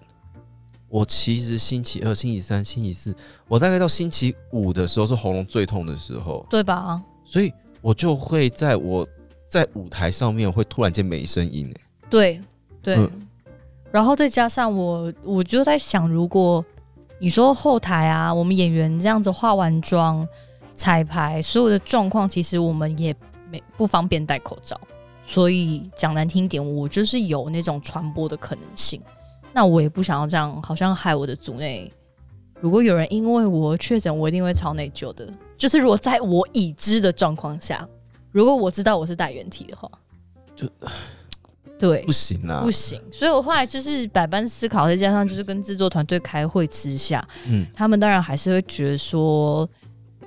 Speaker 1: 我其实星期二、星期三、星期四，我大概到星期五的时候是喉咙最痛的时候，
Speaker 3: 对吧？
Speaker 1: 所以我就会在我在舞台上面会突然间没声音、欸，
Speaker 3: 对对、
Speaker 1: 嗯
Speaker 3: 然后再加上我，我就在想，如果你说后台啊，我们演员这样子化完妆、彩排，所有的状况，其实我们也没不方便戴口罩，所以讲难听点，我就是有那种传播的可能性。那我也不想要这样，好像害我的组内。如果有人因为我确诊，我一定会超内疚的。就是如果在我已知的状况下，如果我知道我是带原体的话，
Speaker 1: 就
Speaker 3: 对
Speaker 1: 不，行啊
Speaker 3: 不，行。所以我后来就是百般思考，再加上就是跟制作团队开会之下，
Speaker 1: 嗯，
Speaker 3: 他们当然还是会觉得说，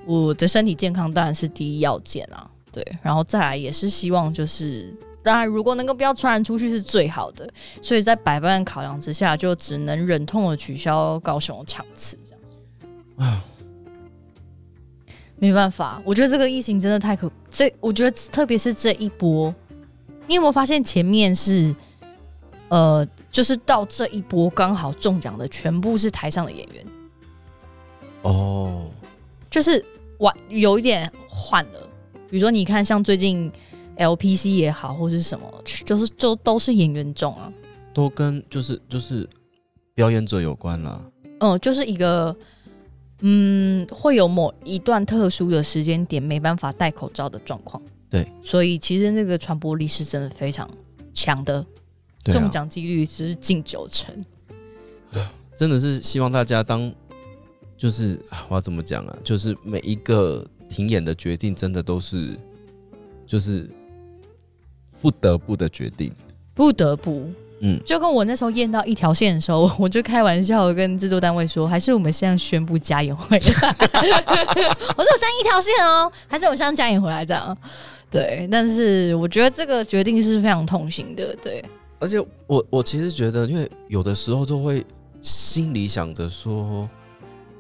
Speaker 3: 我的身体健康当然是第一要件啊，对，然后再来也是希望就是。当然，如果能够不要传染出去是最好的，所以在百般考量之下，就只能忍痛的取消高雄的场次，这样
Speaker 1: 啊，
Speaker 3: 没办法。我觉得这个疫情真的太可，这我觉得特别是这一波，你有没有发现前面是，呃，就是到这一波刚好中奖的全部是台上的演员，
Speaker 1: 哦，
Speaker 3: 就是玩有一点换了。比如说，你看像最近 LPC 也好，或是什么，就是就都是演员中啊，
Speaker 1: 都跟就是就是表演者有关啦。
Speaker 3: 嗯，就是一个。嗯，会有某一段特殊的时间点没办法戴口罩的状况，
Speaker 1: 对，
Speaker 3: 所以其实那个传播力是真的非常强的，
Speaker 1: 对啊
Speaker 3: 中奖几率只是近九成。
Speaker 1: 真的是希望大家当就是啊我要怎么讲啊？就是每一个停演的决定，真的都是就是不得不的决定。
Speaker 3: 不得不，
Speaker 1: 嗯，
Speaker 3: 就跟我那时候验到一条线的时候， 我就开玩笑跟制作单位说，还是我们现在宣布加演 回来。我说我现在一条线哦，还是我现在加演回来这样。对，但是我觉得这个决定是非常痛心的，对，
Speaker 1: 而且我我其实觉得，因为有的时候都会心里想着说，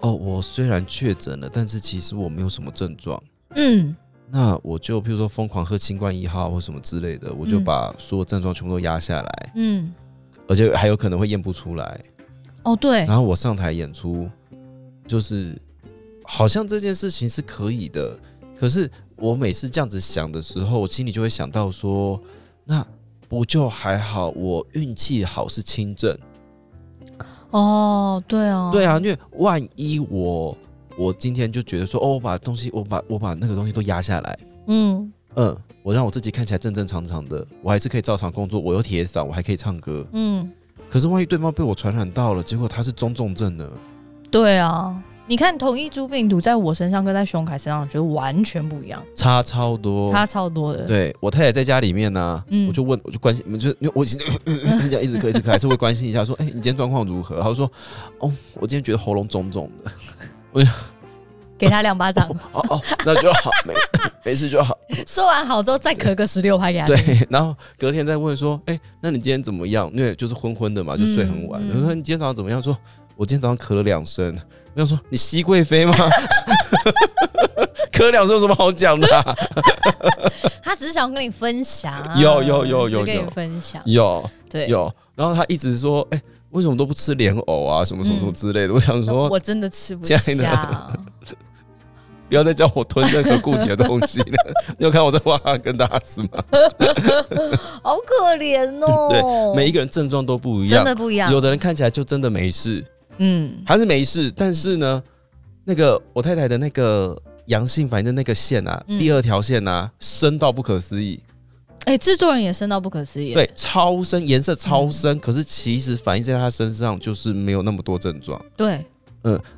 Speaker 1: 哦，我虽然确诊了，但是其实我没有什么症状。
Speaker 3: 嗯，
Speaker 1: 那我就譬如说疯狂喝新冠一号或什么之类的，我就
Speaker 3: 嗯
Speaker 1: 把所有症状全部都压下来，
Speaker 3: 嗯，
Speaker 1: 而且还有可能会验不出来。
Speaker 3: 哦，对，
Speaker 1: 然后我上台演出，就是好像这件事情是可以的，可是我每次这样子想的时候，我心里就会想到说，那不就还好，我运气好是轻症，
Speaker 3: 哦，对哦，
Speaker 1: 对啊，因为万一我我今天就觉得说，哦，我把东西，我把我把那个东西都压下来，
Speaker 3: 嗯
Speaker 1: 嗯，我让我自己看起来正正常常的，我还是可以照常工作，我有铁嗓，我还可以唱歌，
Speaker 3: 嗯，
Speaker 1: 可是万一对方被我传染到了，结果他是中重症呢？
Speaker 3: 对啊，你看同一株病毒在我身上跟在熊凯身上，我觉得完全不一样，
Speaker 1: 差超多，
Speaker 3: 差超多的，
Speaker 1: 对我太太在家里面呢、
Speaker 3: 嗯
Speaker 1: 我就问，我就关心，我就因为我已经这样一直咳一直咳，还是会关心一下，说，哎、你今天状况如何？她就说，哦，我今天觉得喉咙肿肿的，
Speaker 3: 给他两巴 掌。
Speaker 1: 哦哦，那就好，没没事就好。
Speaker 3: 说完好之后再咳个十六拍给他。
Speaker 1: 对，，然后隔天再问说，哎、那你今天怎么样？因为就是昏昏的嘛，就睡很晚。
Speaker 3: 嗯
Speaker 1: 我说你今天早上怎么样？说我今天早上咳了两声。我想说你熹贵妃吗？咳两声有什么好讲的、啊？
Speaker 3: 他只是想跟你分享。
Speaker 1: 有有有有
Speaker 3: 只是跟
Speaker 1: 有
Speaker 3: 你分享。
Speaker 1: 有
Speaker 3: 对，哦
Speaker 1: 有，然后他一直说，哎、为什么都不吃莲藕啊？什么什么什么
Speaker 3: 嗯
Speaker 1: 之类的。我想说，
Speaker 3: 我真的吃不
Speaker 1: 亲爱
Speaker 3: 下。
Speaker 1: 不要再叫我吞任何固体的东西了。 你有看我在挖跟大家死吗？
Speaker 3: 好可怜哦。
Speaker 1: 对，每一个人症状都不一
Speaker 3: 真
Speaker 1: 样，
Speaker 3: 的不一样
Speaker 1: 有。的人看起来就真的没事，
Speaker 3: 嗯，
Speaker 1: 还是没事，但是呢，那个我太太的那个阳性反应的那个线啊，
Speaker 3: 嗯
Speaker 1: 第二条线啊，深到不可思议，
Speaker 3: 哎，制作人也嗯深到不可思议。，
Speaker 1: 对，超深，颜色超深，可是其实反映在她身上就是没有那么多症状。
Speaker 3: 对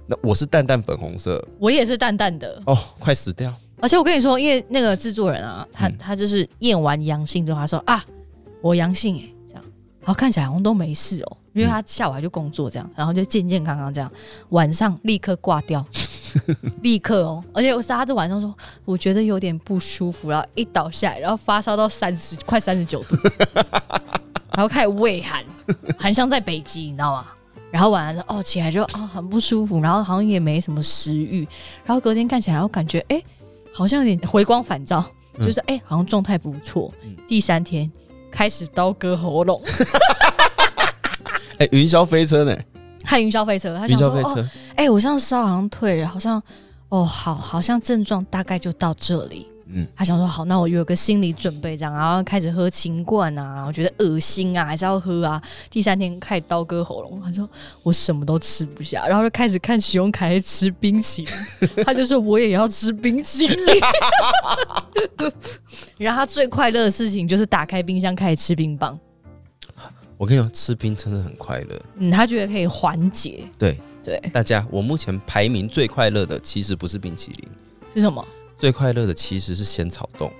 Speaker 1: 那我是淡淡粉红色，
Speaker 3: 我也是淡淡的。
Speaker 1: 哦，快死掉，
Speaker 3: 而且我跟你说，因为那个制作人啊，他
Speaker 1: 嗯
Speaker 3: 他就是验完阳性之后，他说啊，我阳性哎，这样，然后看起来好像都没事哦，因为他下午还去工作这样，然后就健健康康这样，晚上立刻挂掉，立刻哦，而且我是他就晚上说，我觉得有点不舒服，然后一倒下来，然后发烧到三十，快三十九度，然后开始畏寒，寒像在北极，你知道吗？然后晚上哦起来就啊、很不舒服，然后好像也没什么食欲，然后隔天看起来我感觉哎。好像有点回光返照，
Speaker 1: 嗯
Speaker 3: 就是哎、好像状态不错。
Speaker 1: 嗯
Speaker 3: 第三天开始刀割喉咙，
Speaker 1: 哎、云霄飞车呢、
Speaker 3: 看云霄飞车，他
Speaker 1: 云
Speaker 3: 想说
Speaker 1: 霄飞
Speaker 3: 哦，
Speaker 1: 车，
Speaker 3: 哎、我上次烧好像退了，好像哦好，好像症状大概就到这里。
Speaker 1: 嗯，
Speaker 3: 他想说好，那我有个心理准备，这样，然后开始喝清罐啊，我觉得恶心啊，还是要喝啊。第三天开始刀割喉咙，他说我什么都吃不下，然后就开始看许永凯在吃冰淇淋，他就说我也要吃冰淇淋。 然后他最快乐的事情就是打开冰箱开始吃冰棒，
Speaker 1: 我跟你讲，吃冰真的很快乐。
Speaker 3: 嗯，他觉得可以缓解，
Speaker 1: 对
Speaker 3: 对，
Speaker 1: 大家，我目前排名最快乐的其实不是冰淇淋，
Speaker 3: 是什么？
Speaker 1: 最快乐的其实是仙草冻，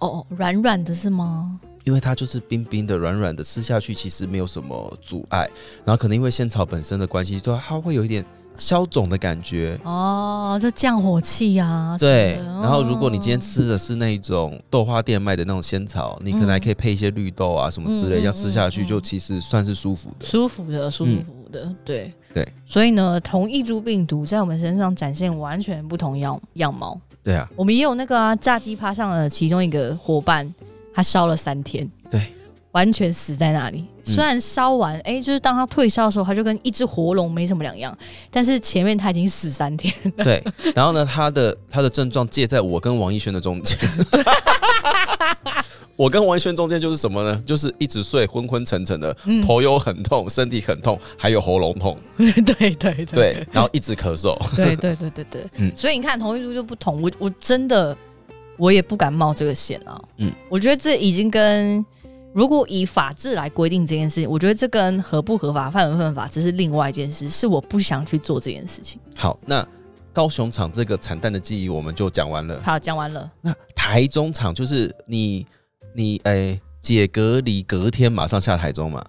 Speaker 3: 哦，软软的是吗？
Speaker 1: 因为它就是冰冰的、软软的，吃下去其实没有什么阻碍。然后可能因为仙草本身的关系，就它会有一点消肿的感觉。
Speaker 3: 哦，就降火气啊。
Speaker 1: 对，
Speaker 3: 什么的
Speaker 1: 然后如果你今天
Speaker 3: 哦
Speaker 1: 吃的是那一种豆花店卖的那种仙草，你可能还可以配一些绿豆啊什么之类，
Speaker 3: 嗯
Speaker 1: 这样吃下去
Speaker 3: 嗯嗯
Speaker 1: 就其实算是舒服的。
Speaker 3: 舒服的、舒服的，对
Speaker 1: 嗯对。
Speaker 3: 所以呢，同一株病毒在我们身上展现完全不同样样貌。
Speaker 1: 对啊，
Speaker 3: 我们也有那个啊，炸鸡趴上的其中一个伙伴，他烧了三天，
Speaker 1: 对，嗯
Speaker 3: 完全死在那里。虽然烧完，哎、就是当他退烧的时候，他就跟一只活龙没什么两样，但是前面他已经死三天，
Speaker 1: 对。然后呢，他的他的症状介在我跟王艺轩的中间。 我跟王艺轩中间就是什么呢？就是一直睡，昏昏沉沉的，
Speaker 3: 嗯，
Speaker 1: 头又很痛，身体很痛，还有喉咙痛，
Speaker 3: 对对对
Speaker 1: 对，然后一直咳嗽。
Speaker 3: 对对对对对，
Speaker 1: 嗯
Speaker 3: 所以你看同一株就不同，我我真的我也不敢冒这个险啊。
Speaker 1: 嗯
Speaker 3: 嗯，我觉得这已经跟如果以法治来规定这件事情，我觉得这跟合不合法、犯不犯法，这是另外一件事，是我不想去做这件事情。
Speaker 1: 好，那高雄场这个惨淡的记忆我们就讲完了。
Speaker 3: 好，讲完了，
Speaker 1: 那台中场就是你你哎、解隔离隔天马上下台中嘛，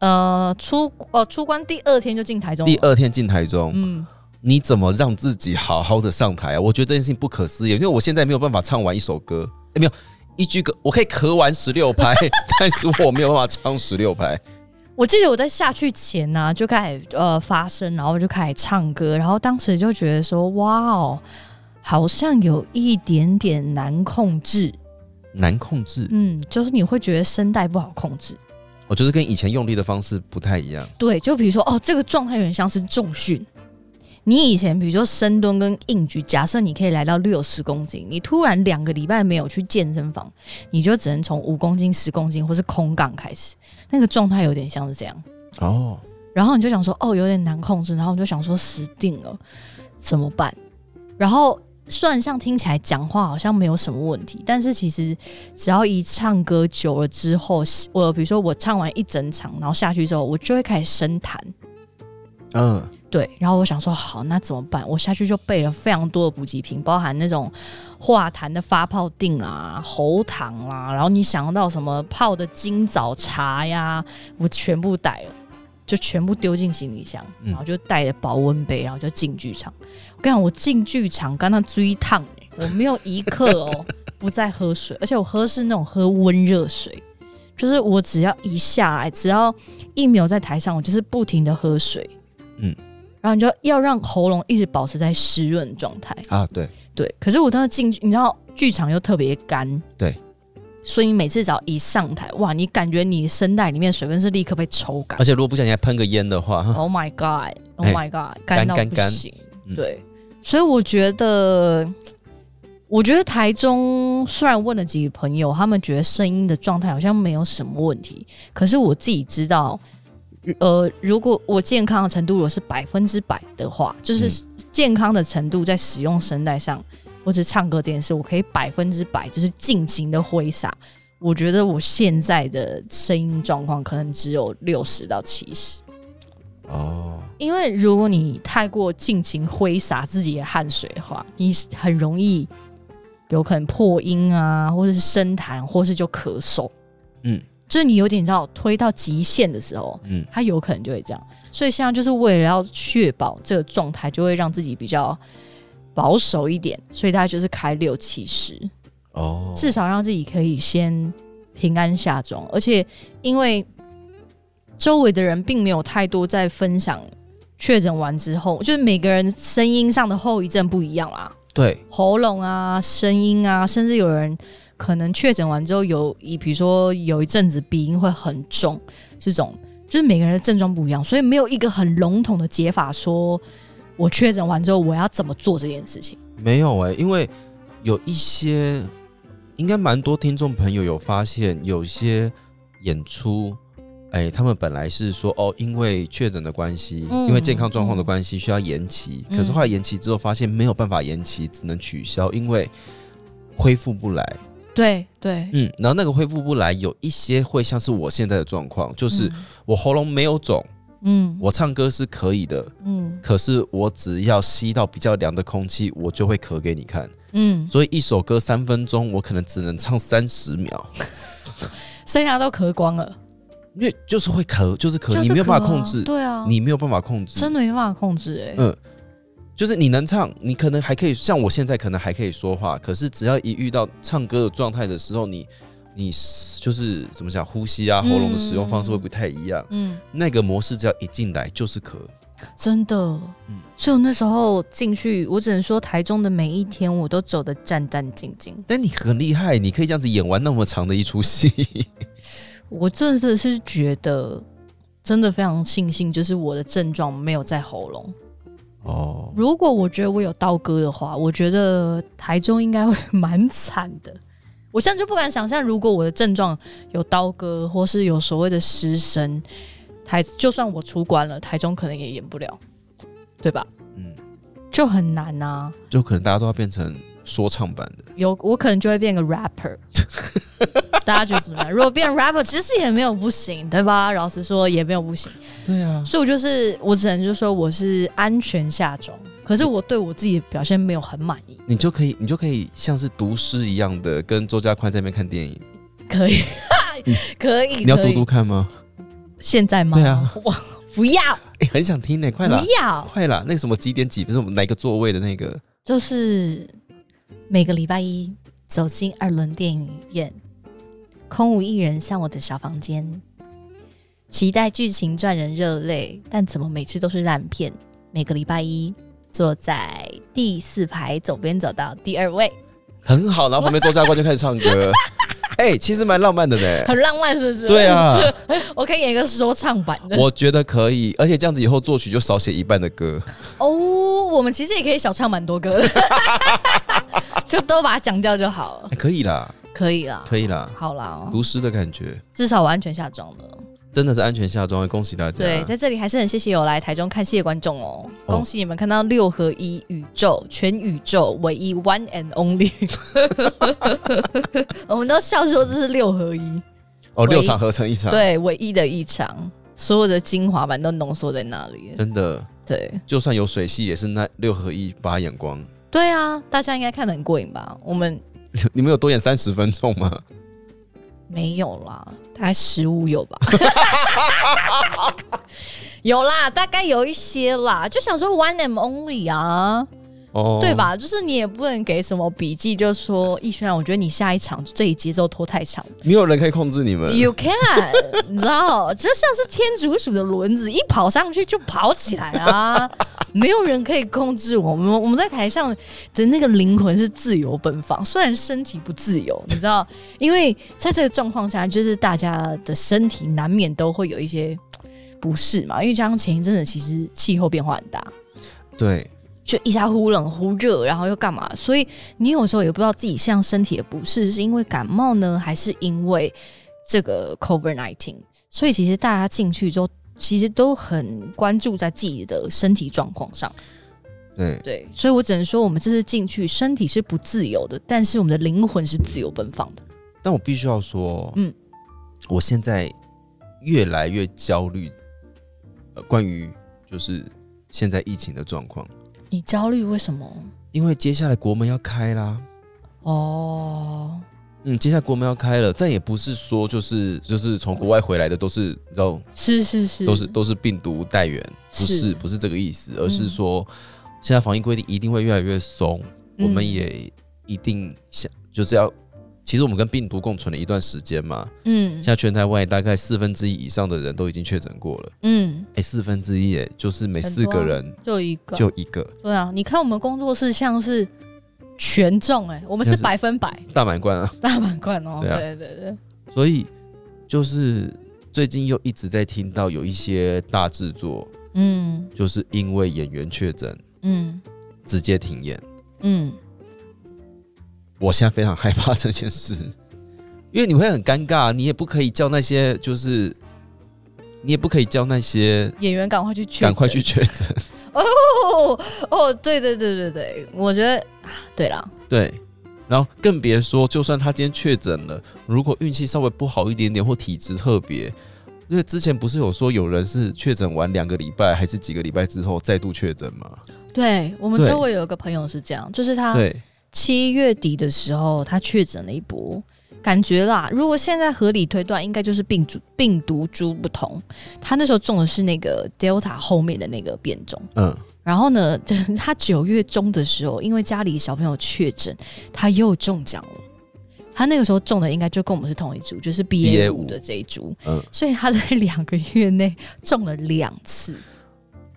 Speaker 3: 呃，出呃出关第二天就进台中了，
Speaker 1: 第二天进台中，
Speaker 3: 哦嗯，
Speaker 1: 你怎么让自己好好的上台啊？我觉得这件事情不可思议，因为我现在没有办法唱完一首歌，哎、没有一句歌，我可以咳完十六拍， 但是我没有办法唱十六拍。
Speaker 3: 我记得我在下去前呢、就开始呃发声，然后我就开始唱歌，然后当时就觉得说，哇哦，好像有一点点难控制。
Speaker 1: 难控制，
Speaker 3: 嗯，就是你会觉得声带不好控制。
Speaker 1: 我觉得跟以前用力的方式不太一样。
Speaker 3: 对，就比如说哦，这个状态有点像是重训。你以前比如说深蹲跟硬举，假设你可以来到六十公斤，你突然两个礼拜没有去健身房，你就只能从五公斤、十公斤或是空杠开始，那个状态有点像是这样。
Speaker 1: 哦，
Speaker 3: 然后你就想说，哦，有点难控制，然后我就想说，死定了，怎么办？然后虽然像听起来讲话好像没有什么问题，但是其实只要一唱歌久了之后，我比如说我唱完一整场，然后下去之后，我就会开始深谈，
Speaker 1: 嗯，
Speaker 3: 对，然后我想说，好，那怎么办？我下去就备了非常多的补给品，包含那种化痰的发泡锭啊、喉糖啦、然后你想到什么泡的金枣茶呀，我全部带了，就全部丢进行李箱，
Speaker 1: 嗯
Speaker 3: 然后就带着保温杯，然后就进剧场。我跟你讲，我进剧场刚刚追烫、欸，我没有一刻哦不再喝水，而且我喝是那种喝温热水。就是我只要一下来，只要一秒在台上，我就是不停的喝水，然后你就要让喉咙一直保持在湿润状态。
Speaker 1: 啊，对，
Speaker 3: 对，可是我当时进去，你知道剧场又特别干，
Speaker 1: 对，
Speaker 3: 所以你每次只要一上台，哇，你感觉你声带里面水分是立刻被抽干
Speaker 1: 而。且如果不小心还喷个烟的话，
Speaker 3: Oh my god！Oh
Speaker 1: 哎
Speaker 3: my god！干到
Speaker 1: 干
Speaker 3: 不
Speaker 1: 干
Speaker 3: 行。
Speaker 1: 嗯
Speaker 3: 对，所以我觉得，我觉得台中虽然问了几个朋友，他们觉得声音的状态好像没有什么问题，可是我自己知道，呃，如果我健康的程度如果是百分之百的话，就是
Speaker 1: 嗯
Speaker 3: 健康的程度在使用声带上，或者唱歌这件事，我可以百分之百就是尽情的挥洒。我觉得我现在的声音状况可能只有六十到七十，
Speaker 1: 哦，
Speaker 3: 因为如果你太过尽情挥洒自己的汗水的话，你很容易有可能破音啊，或者是声痰，或是就咳嗽。
Speaker 1: 嗯，
Speaker 3: 就是你有点你知道推到极限的时候，
Speaker 1: 嗯，
Speaker 3: 它有可能就会这样。所以现在就是为了要确保这个状态，就会让自己比较保守一点，所以大概就是开六七十。
Speaker 1: 哦，
Speaker 3: 啊至少让自己可以先平安下妆。而且因为周围的人并没有太多在分享确诊完之后，就是每个人声音上的后遗症不一样啦，
Speaker 1: 对，
Speaker 3: 喉咙啊、声音啊，甚至有人。可能确诊完之后有，以比如说有一阵子鼻音会很重，这种就是每个人的症状不一样，所以没有一个很笼统的解法说我确诊完之后我要怎么做这件事情。
Speaker 1: 没有哎、因为有一些应该蛮多听众朋友有发现，有些演出，哎、他们本来是说哦，因为确诊的关系，
Speaker 3: 嗯
Speaker 1: 因为健康状况的关系需要延期，
Speaker 3: 嗯
Speaker 1: 可是后来延期之后发现没有办法延期，只能取消，因为恢复不来。
Speaker 3: 对对，
Speaker 1: 嗯，然后那个恢复不来，有一些会像是我现在的状况，就是我喉咙没有肿，
Speaker 3: 嗯
Speaker 1: 我唱歌是可以的，
Speaker 3: 嗯
Speaker 1: 可是我只要吸到比较凉的空气，我就会咳给你看。
Speaker 3: 嗯，
Speaker 1: 所以一首歌三分钟，我可能只能唱三十秒，
Speaker 3: 剩下都咳光了，
Speaker 1: 因为就是会咳，就是咳，
Speaker 3: 就是
Speaker 1: 你没有办法
Speaker 3: 咳啊
Speaker 1: 控制，
Speaker 3: 对啊，
Speaker 1: 你没有办法控制，
Speaker 3: 真的没办法控制哎、
Speaker 1: 嗯就是你能唱，你可能还可以，像我现在可能还可以说话，可是只要一遇到唱歌的状态的时候，你你就是怎么讲，呼吸啊，
Speaker 3: 嗯
Speaker 1: 喉咙的使用方式会不太一样。
Speaker 3: 嗯，
Speaker 1: 那个模式只要一进来就是咳，
Speaker 3: 真的，
Speaker 1: 嗯
Speaker 3: 所以我那时候进去，我只能说台中的每一天我都走得战战兢兢。
Speaker 1: 但你很厉害，你可以这样子演完那么长的一出 戏。
Speaker 3: 我真的是觉得，真的非常庆幸，就是我的症状没有在喉咙。
Speaker 1: 哦，
Speaker 3: 如果我觉得我有刀割的话，我觉得台中应该会蛮惨的。我现在就不敢想象，如果我的症状有刀割，或是有所谓的失声，台就算我出关了，台中可能也演不了，对吧？
Speaker 1: 嗯，
Speaker 3: 就很难啊。
Speaker 1: 就可能大家都要变成说唱版的。
Speaker 3: 有我可能就会变个 rapper，大家觉得怎么样？如果变 rapper，其实也没有不行，对吧？老实说，也没有不行。
Speaker 1: 对啊，
Speaker 3: 所以我就是，我只能就说我是安全下装，可是我对我自己的表现没有很满意。
Speaker 1: 你就可以，你就可以像是读诗一样的跟周家宽在那边看电影。
Speaker 3: 可以，可以，
Speaker 1: 嗯你要
Speaker 3: 可
Speaker 1: 读
Speaker 3: 以
Speaker 1: 读看吗？
Speaker 3: 现在吗？
Speaker 1: 对啊，
Speaker 3: 我不要，
Speaker 1: 哎、很想听呢、快
Speaker 3: 不
Speaker 1: 啦，
Speaker 3: 要，
Speaker 1: 快啦！那个什么几点几分？是我们哪个座位的那个？
Speaker 3: 就是每个礼拜一走进二轮电影院，空无一人向我的小房间，期待剧情赚人热泪，但怎么每次都是烂片？每个礼拜一坐在第四排左边走到第二位，
Speaker 1: 很好，然后旁边周家宽就开始唱 歌。哎、其实蛮浪漫的呢。
Speaker 3: 很浪漫，是不是？
Speaker 1: 对， 啊，
Speaker 3: 我可以演一个说唱版的。
Speaker 1: 我觉得可以，而且这样子以后作曲就少写一半的歌。
Speaker 3: 哦，我们其实也可以小唱蛮多歌的， 就都把它讲掉就好了
Speaker 1: 哎。可以啦，
Speaker 3: 可以啦，
Speaker 1: 可以啦，
Speaker 3: 好啦，
Speaker 1: 读诗的感觉
Speaker 3: 至少我安全下装了。
Speaker 1: 真的是安全下装，恭喜大家。
Speaker 3: 对，在这里还是很谢谢有来台中看戏的观众
Speaker 1: 啊
Speaker 3: 哦，
Speaker 1: 哦
Speaker 3: 恭喜你们看到六合一宇宙全宇宙唯一 one and only，我们都笑说这是六合一，
Speaker 1: 哦，
Speaker 3: 唯一
Speaker 1: 六场合成一场，
Speaker 3: 对，唯一的一场，所有的精华版都浓缩在那里了。
Speaker 1: 真的，
Speaker 3: 对，
Speaker 1: 就算有水戏，也是那六合一把它演光。
Speaker 3: 对啊，大家应该看得很过瘾吧？我们
Speaker 1: 你们有多演三十分钟吗？
Speaker 3: 没有啦，大概十五有吧。有啦，大概有一些啦，就想说 one and only 啊，
Speaker 1: 哦，
Speaker 3: 对？吧？就是你也不能给什么笔记，就说逸轩啊，我觉得你下一场这里节奏拖太长
Speaker 1: 没有人可以控制你们。
Speaker 3: ，You can，你知道，就像是天竺鼠的轮子，一跑上去就跑起来 啊，没有人可以控制我们，我们在台上的那个灵魂是自由奔放，虽然身体不自由，你知道，因为在这个状况下，就是大家的身体难免都会有一些不适嘛，因为加上前一阵子其实气候变化很大，
Speaker 1: 对，
Speaker 3: 就一下忽冷忽热，然后又干嘛？所以你有时候也不知道自己像身体的不适是因为感冒呢，还是因为这个 COVID nineteen。所以其实大家进去之后，其实都很关注在自己的身体状况上。
Speaker 1: 对，
Speaker 3: 对，所以我只能说，我们这次进去身体是不自由的，但是我们的灵魂是自由奔放的。
Speaker 1: 但我必须要说，嗯
Speaker 3: 嗯，
Speaker 1: 我现在越来越焦虑，呃，关于就是现在疫情的状况，
Speaker 3: 你焦虑为什么？
Speaker 1: 因为接下来国门要开啦，
Speaker 3: 哦，
Speaker 1: 嗯，接下来国门要开了，再也不是说就是就是从国外回来的都是你知道
Speaker 3: 是是是，
Speaker 1: 都是都是病毒带源，不是
Speaker 3: 是
Speaker 1: 不是这个意思，而是说、现在防疫规定一定会越来越松，
Speaker 3: 嗯
Speaker 1: 我们也一定想就是要。其实我们跟病毒共存了一段时间嘛，
Speaker 3: 嗯
Speaker 1: 现在全台湾大概四分之一以上的人都已经确诊过了，
Speaker 3: 嗯，
Speaker 1: 哎、四分之一耶，就是每
Speaker 3: 很
Speaker 1: 四
Speaker 3: 多啊
Speaker 1: 个人
Speaker 3: 就一个
Speaker 1: 就一个，
Speaker 3: 对啊，你看我们工作室像是权重哎、我们
Speaker 1: 像
Speaker 3: 是
Speaker 1: 是
Speaker 3: 百分百
Speaker 1: 大满贯啊，
Speaker 3: 大满贯哦、
Speaker 1: 对啊
Speaker 3: 对对对，
Speaker 1: 所以就是最近又一直在听到有一些大制作，
Speaker 3: 嗯
Speaker 1: 就是因为演员确诊
Speaker 3: 嗯
Speaker 1: 直接停演。
Speaker 3: 嗯，
Speaker 1: 我现在非常害怕这件事，因为你会很尴尬，你也不可以叫那些就是，你也不可以叫那些
Speaker 3: 演员赶快去确诊
Speaker 1: 赶快去确诊。
Speaker 3: 哦哦，对对对对对，我觉得啊对啦，
Speaker 1: 对，然后更别说，就算他今天确诊了，如果运气稍微不好一点点，或体质特别，因为之前不是有说有人是确诊完两个礼拜还是几个礼拜之后再度确诊吗？
Speaker 3: 对我们
Speaker 1: 对
Speaker 3: 周围有一个朋友是这样，就是他
Speaker 1: 对
Speaker 3: 七月底的时候他确诊了一波，感觉啦，如果现在合理推断，应该就是病株病毒株不同，他那时候中的是那个 Delta 后面的那个变种。
Speaker 1: 嗯，
Speaker 3: 然后呢，他九月中的时候，因为家里小朋友确诊，他又中奖了。他那个时候中的应该就跟我们是同一组，就是 BA 五
Speaker 1: BA5
Speaker 3: 的这一株。
Speaker 1: 嗯
Speaker 3: 所以他在两个月内中了两次。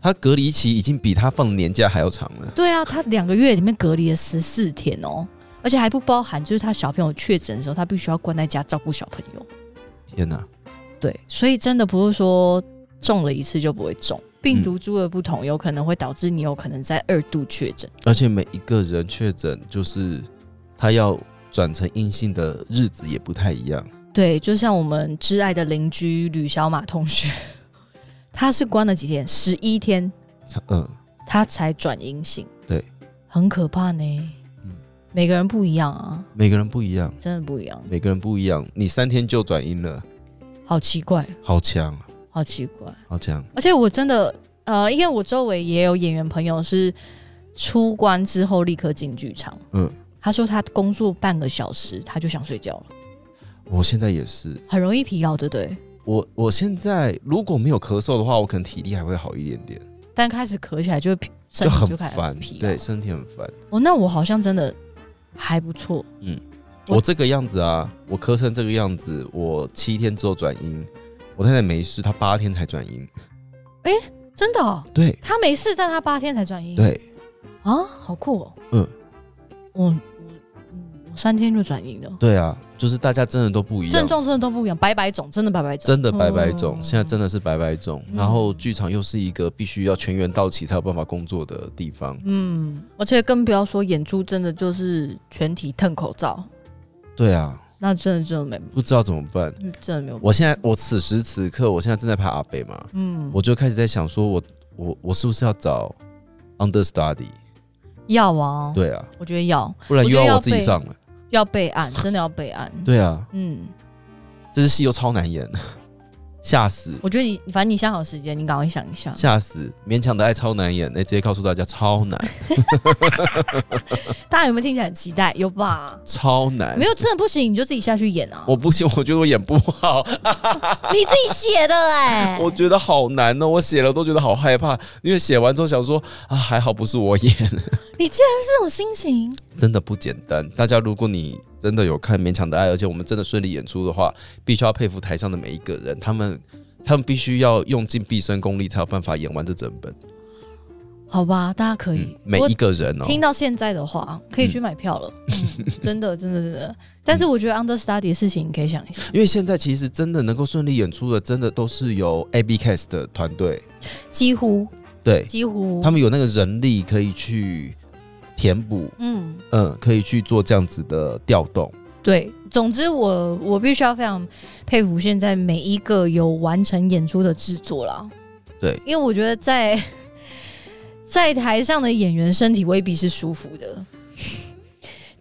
Speaker 1: 他隔离期已经比他放年假还要长了。
Speaker 3: 对啊，他两个月里面隔离了十四天哦，而且还不包含就是他小朋友确诊的时候，他必须要关在家照顾小朋友。
Speaker 1: 天哪，
Speaker 3: 对，所以真的不是说中了一次就不会中。病毒株的不同，有可能会导致你有可能在二度确诊。
Speaker 1: 而且每一个人确诊，就是他要转成阴性的日子也不太一样。
Speaker 3: 对，就像我们挚爱的邻居吕小马同学，他是关了几天，十一天，
Speaker 1: 嗯，
Speaker 3: 他才转阴性。
Speaker 1: 对，
Speaker 3: 很可怕呢。
Speaker 1: 嗯
Speaker 3: 每个人不一样啊，
Speaker 1: 每个人不一样，
Speaker 3: 真的不一样，
Speaker 1: 每个人不一样。你三天就转阴了，
Speaker 3: 好奇怪，
Speaker 1: 好强，
Speaker 3: 好奇怪。
Speaker 1: 好强。
Speaker 3: 而且我真的，呃，因为我周围也有演员朋友是出关之后立刻进剧场。
Speaker 1: 嗯，
Speaker 3: 他说他工作半个小时他就想睡觉了，
Speaker 1: 我现在也是，
Speaker 3: 很容易疲劳，对不对？
Speaker 1: 我我现在如果没有咳嗽的话，我可能体力还会好一点点，
Speaker 3: 但开始咳起来就会疲，身
Speaker 1: 就
Speaker 3: 体
Speaker 1: 很
Speaker 3: 开始
Speaker 1: 烦，
Speaker 3: 疲劳。
Speaker 1: 对，身体很烦。
Speaker 3: 哦，那我好像真的还不错。我
Speaker 1: 我这个样子啊，我咳成这个样子，我七天之后转阴，我太太没事，她八天才转阴。
Speaker 3: 真的哦、
Speaker 1: 对
Speaker 3: 他没事，但他八天才转阴。
Speaker 1: 对，
Speaker 3: 啊，好酷哦。
Speaker 1: 嗯，
Speaker 3: 我我嗯我三天就转阴了，
Speaker 1: 对啊，就是大家真的都不一
Speaker 3: 症
Speaker 1: 样，
Speaker 3: 状真的都不一样，白白肿，真的白白肿，
Speaker 1: 真的白白种，
Speaker 3: 嗯
Speaker 1: 现在真的是白白种。
Speaker 3: 嗯
Speaker 1: 然后剧场又是一个必须要全员到齐才有办法工作的地方，
Speaker 3: 嗯，而且更不要说演出，真的就是全体吞口罩，
Speaker 1: 对啊，
Speaker 3: 那真的真的没，
Speaker 1: 不知道怎么办。
Speaker 3: 嗯真的没有。
Speaker 1: 我现在我此时此刻，我现在正在拍阿北嘛，
Speaker 3: 嗯，
Speaker 1: 我就开始在想说我，我我是不是要找 understudy？
Speaker 3: 要啊，
Speaker 1: 对啊，
Speaker 3: 我觉得要
Speaker 1: 不然
Speaker 3: 我
Speaker 1: 又
Speaker 3: 觉得
Speaker 1: 要
Speaker 3: 要
Speaker 1: 我自己
Speaker 3: 被
Speaker 1: 上了。
Speaker 3: 要备案，真的要备案。
Speaker 1: 对啊，
Speaker 3: 嗯，
Speaker 1: 这支戏又超难演，吓死
Speaker 3: 我觉得你反正你想好时间，你赶快想一下。
Speaker 1: 吓死！勉强的爱超难演，那、欸直接告诉大家超 难，
Speaker 3: 大家有没有听起来很期待？有吧？
Speaker 1: 超难
Speaker 3: 没。有真的不行，你就自己下去演啊！
Speaker 1: 我不行，我觉得我演不好，
Speaker 3: 哎 你自己写的哎、
Speaker 1: 我觉得好难哦。我写了都觉得好害怕，因为写完之后想说啊，还好不是我演，
Speaker 3: 你竟然是这种心情，
Speaker 1: 真的不简单。大家如果你真的有看《勉强的爱》，而且我们真的顺利演出的话，必须要佩服台上的每一个人，他们他们必须要用尽毕生功力才有办法演完这整本。
Speaker 3: 好吧，大家可以
Speaker 1: 嗯，。每一个人
Speaker 3: 我
Speaker 1: 哦，
Speaker 3: 听到现在的话，可以去买票 了，嗯真的，真的，真的。但是我觉得 understudy 的事情，你可以想一下。
Speaker 1: 因为现在其实真的能够顺利演出的，真的都是由 AB Cast 的团队，
Speaker 3: 几乎
Speaker 1: 对
Speaker 3: 几乎
Speaker 1: 他们有那个人力可以去填补，
Speaker 3: 嗯，
Speaker 1: 嗯，可以去做这样子的调动。
Speaker 3: 对。总之我，我必须要非常佩服现在每一个有完成演出的制作啦。
Speaker 1: 对，
Speaker 3: 因为我觉得在 在台上的演员身体未必是舒服的，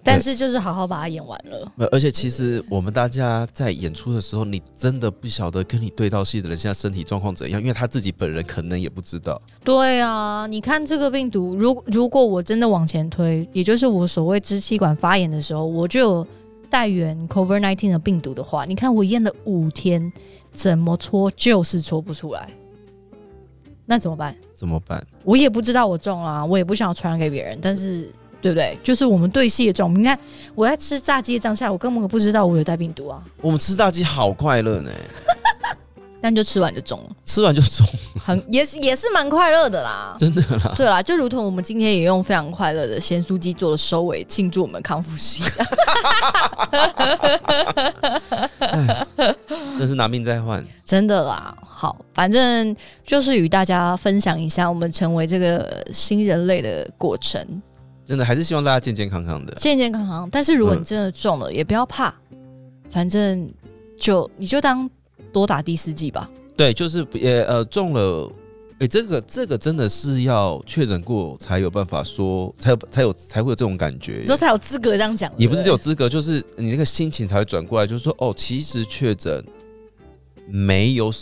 Speaker 3: 但是就是好好把它演完了。
Speaker 1: 呃而且其实我们大家在演出的时候，你真的不晓得跟你对到戏的人现在身体状况怎样，因为他自己本人可能也不知道。
Speaker 3: 对啊，你看这个病毒，如如果我真的往前推，也就是我所谓支气管发炎的时候，我就有带源 COVID 1 9的病毒的话，你看我验了五天，怎么搓就是搓不出来，那怎么办？
Speaker 1: 怎么办？
Speaker 3: 我也不知道我中了啊、我也不想要传染给别人，但是对不对？就是我们对戏的中，你看我在吃炸鸡的当下，我根本不知道我有带病毒啊，
Speaker 1: 我们吃炸鸡好快乐呢，
Speaker 3: 但就吃完就中了，
Speaker 1: 吃完就中。
Speaker 3: 很也是也是蛮快乐的啦。
Speaker 1: 真的啦，
Speaker 3: 对啦，就如同我们今天也用非常快乐的咸酥鸡做了收尾，庆祝我们康复喜。
Speaker 1: 真是拿命在换。
Speaker 3: 真的啦，好，反正就是与大家分享一下我们成为这个新人类的过程，
Speaker 1: 真的还是希望大家健健康康的。
Speaker 3: 健健康康。但是如果
Speaker 1: 嗯
Speaker 3: 你真的中了，也不要怕，反正就你就当多打第四剂吧。
Speaker 1: 对，就是也呃中了，哎、这个这个真的是要确诊过才有办法说，才有才有才会有这种感觉
Speaker 3: 你。说才有资格这样讲，
Speaker 1: 也不是只
Speaker 3: 对
Speaker 1: 有资格，就是你那个心情才会转过来，就是说哦，其实确诊没有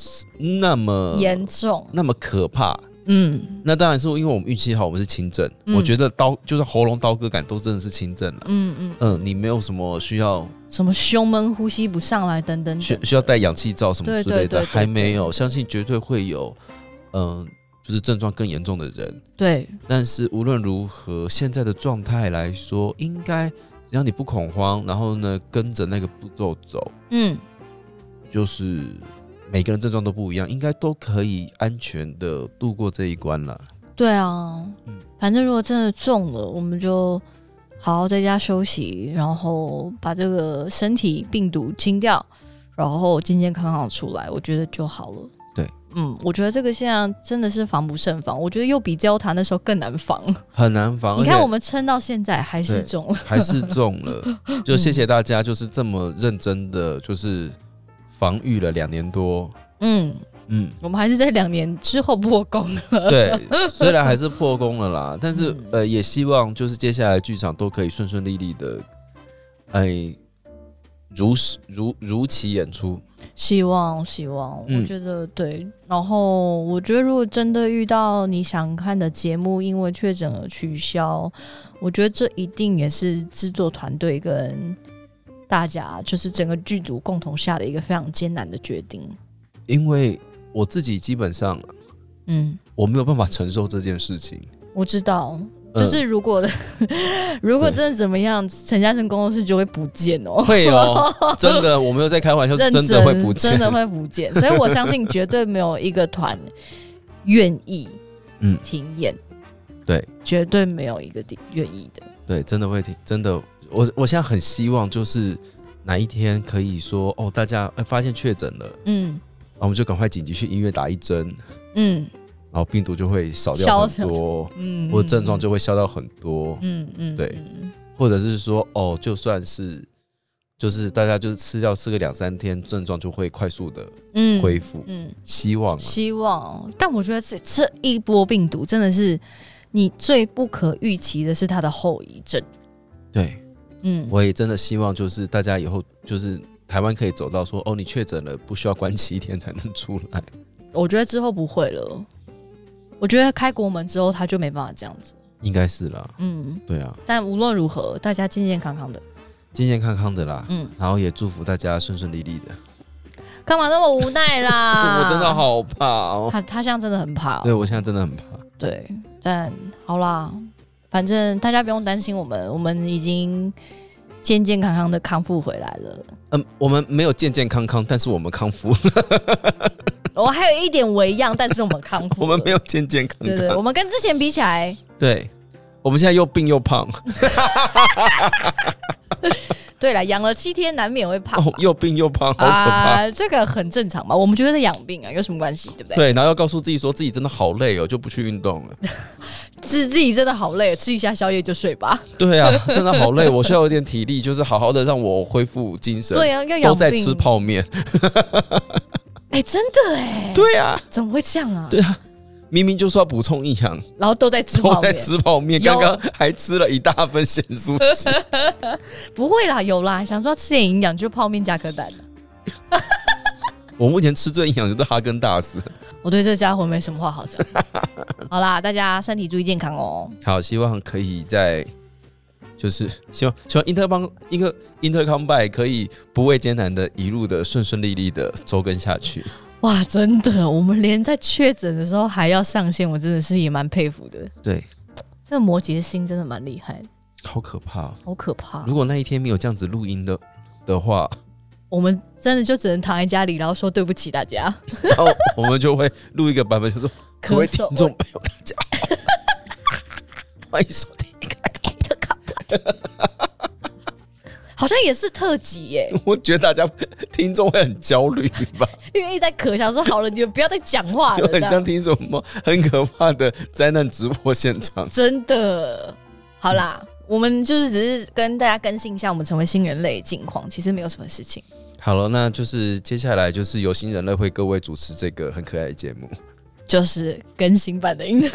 Speaker 1: 那
Speaker 3: 不
Speaker 1: 么
Speaker 3: 对严重，
Speaker 1: 那么可怕。
Speaker 3: 嗯
Speaker 1: 那当然是因为我们运气好，我们是轻症。
Speaker 3: 嗯
Speaker 1: 我觉得刀就是喉咙刀割感都真的是轻症了。
Speaker 3: 嗯嗯，
Speaker 1: 嗯，你没有什么需要
Speaker 3: 什么胸闷、呼吸不上来等等
Speaker 1: 需
Speaker 3: 等，
Speaker 1: 需要带氧气罩什么
Speaker 3: 对
Speaker 1: 之类
Speaker 3: 对对
Speaker 1: 的，
Speaker 3: 对
Speaker 1: 还没有，
Speaker 3: 对
Speaker 1: 相信绝对会有，嗯、就是症状更严重的人。
Speaker 3: 对，
Speaker 1: 但是无论如何，现在的状态来说，应该只要你不恐慌，然后呢跟着那个步骤走，
Speaker 3: 嗯，
Speaker 1: 就是每个人症状都不一样，应该都可以安全的度过这一关了。
Speaker 3: 对啊
Speaker 1: 嗯，
Speaker 3: 反正如果真的中了，我们就好好在家休息，然后把这个身体病毒清掉，然后健健康康地出来，我觉得就好了。
Speaker 1: 对，
Speaker 3: 嗯，我觉得这个现在真的是防不胜防，我觉得又比交谈那时候更难防。
Speaker 1: 很难防，
Speaker 3: 你
Speaker 1: 而
Speaker 3: 看
Speaker 1: 且
Speaker 3: 我们撑到现在还
Speaker 1: 对
Speaker 3: 是中了，
Speaker 1: 还是中 了，就谢
Speaker 3: 嗯
Speaker 1: 谢大家，就是这么认真的，就是防御了两年多，
Speaker 3: 嗯，
Speaker 1: 嗯，
Speaker 3: 我们还是在两年之后破功。
Speaker 1: 对，虽然还是破功了啦，但是
Speaker 3: 嗯
Speaker 1: 呃，也希望就是接下来剧场都可以顺顺利利的，哎、如实如如期演出，
Speaker 3: 希望，希望，
Speaker 1: 嗯
Speaker 3: 我觉得对。然后，我觉得如果真的遇到你想看的节目因为确诊而取消，我觉得这一定也是制作团队跟大家，就是整个剧组共同下的一个非常艰难的决定。
Speaker 1: 因为我自己基本上
Speaker 3: 嗯，
Speaker 1: 我没有办法承受这件事情，
Speaker 3: 我知道，
Speaker 1: 呃
Speaker 3: 就是如果、 如果
Speaker 1: 对
Speaker 3: 真的怎么样，陈嘉诚工作室就会不见哦。
Speaker 1: 会哦， 真的，我没有在开玩笑，
Speaker 3: 认
Speaker 1: 真
Speaker 3: 真
Speaker 1: 的会不
Speaker 3: 真
Speaker 1: 见，
Speaker 3: 的会不见。所以我相信绝对没有一个团 愿意
Speaker 1: 嗯
Speaker 3: 停演，
Speaker 1: 对
Speaker 3: 绝对没有一个地愿意的。
Speaker 1: 对，真的会停，真的，我我现在很希望就是哪一天可以说哦，大家、哎发现确诊了，
Speaker 3: 嗯
Speaker 1: 然后我们就赶快紧急去医院打一针，
Speaker 3: 嗯
Speaker 1: 然后病毒就会少
Speaker 3: 消
Speaker 1: 掉
Speaker 3: 消
Speaker 1: 很多。
Speaker 3: 嗯，
Speaker 1: 或者症状就会消掉很多，
Speaker 3: 嗯嗯
Speaker 1: 对
Speaker 3: 嗯
Speaker 1: 或者是说哦，就算是就是大家就是吃药吃个两三天，症状就会快速的
Speaker 3: 嗯
Speaker 1: 恢复，
Speaker 3: 嗯，
Speaker 1: 希望啊
Speaker 3: 希望。但我觉得这这一波病毒真的是你最不可预期的是它的后遗症。
Speaker 1: 对，
Speaker 3: 嗯，
Speaker 1: 我也真的希望就是大家以后就是台湾可以走到说哦，你确诊了不需要关七天才能出来，
Speaker 3: 我觉得之后不会了。我觉得开国门之后，他就没办法这样子。
Speaker 1: 应该是啦，
Speaker 3: 嗯，
Speaker 1: 对啊，
Speaker 3: 但无论如何，大家健健康康的。
Speaker 1: 健健康康的啦，
Speaker 3: 嗯，
Speaker 1: 然后也祝福大家顺顺利利的，
Speaker 3: 干嘛那么无奈 啦？
Speaker 1: 我真的，好怕哦，
Speaker 3: 他他现在真的很怕
Speaker 1: 对
Speaker 3: 哦、
Speaker 1: 我现在真的很怕，
Speaker 3: 对，但好啦，反正大家不用担心我们，我们已经健健康康的康复回来了。
Speaker 1: 嗯，我们没有健健康康，但是我们康复 了，
Speaker 3: 我哦还有一点微恙，但是我们康 复
Speaker 1: 我
Speaker 3: 了，
Speaker 1: 们没有健健康康，
Speaker 3: 对对，我们跟之前比起来，
Speaker 1: 对，我们现在又病又胖，
Speaker 3: 对了，养了七天难免会 胖
Speaker 1: 哦
Speaker 3: 吧、，
Speaker 1: 又病又胖，好可怕。
Speaker 3: 啊，这个很正常嘛。我们觉得养病啊有什么关系，对不对？
Speaker 1: 对，然后要告诉自己说自己真的好累哦，就不去运动 了。
Speaker 3: 自自己真的好累，吃一下宵夜就睡吧。
Speaker 1: 对啊，真的好累，我需要有点体力，就是好好的让我恢复精神。
Speaker 3: 对啊，要
Speaker 1: 都
Speaker 3: 养
Speaker 1: 在
Speaker 3: 病。
Speaker 1: 吃泡 面。
Speaker 3: 哎、真的哎、
Speaker 1: 对啊，
Speaker 3: 怎么会这样啊？
Speaker 1: 对啊，明明就说要补充营养，
Speaker 3: 然后都在吃泡
Speaker 1: 都在
Speaker 3: 面，
Speaker 1: 吃泡面，
Speaker 3: 有
Speaker 1: 刚刚还吃了一大份咸酥鸡。
Speaker 3: 不会啦，有啦，想说吃点营养，就泡面加颗蛋。
Speaker 1: 我目前吃最营养就是哈根达斯。
Speaker 3: 我对这家伙没什么话好 讲。好啦，大家身体注意健康哦。
Speaker 1: 好，希望可以在。就是希望希望英特邦英特 Intercombi 可以不畏艰难的一路的顺顺利利的周更下去。
Speaker 3: 哇，真的，我们连在确诊的时候还要上线，我真的是也蛮佩服的。
Speaker 1: 对，
Speaker 3: 这摩羯星真的蛮厉害的，
Speaker 1: 好可怕哦、
Speaker 3: 好可怕
Speaker 1: 如。果那一天没有这样子录音的的话，
Speaker 3: 我们真的就只能躺在家里，然后说对不起大家，
Speaker 1: 然后我们就会录一个版本，就说各
Speaker 3: 咳
Speaker 1: 位听
Speaker 3: 嗽。
Speaker 1: 众朋友大家好，欢迎收听。
Speaker 3: 好像也是特辑耶，
Speaker 1: 我觉得大家听众会很焦虑吧，
Speaker 3: 因为一直在咳，想说好了，你们不要再讲话
Speaker 1: 就
Speaker 3: 了，这
Speaker 1: 很
Speaker 3: 样
Speaker 1: 像听什么很可怕的灾难直播现场。
Speaker 3: 真的。好啦，我们就是只是跟大家更新一下我们成为新人类的近况，其实没有什么事情。
Speaker 1: 好了，那就是接下来就是由新人类会各位主持这个很可爱的节目。
Speaker 3: 就是更新版的音 乐，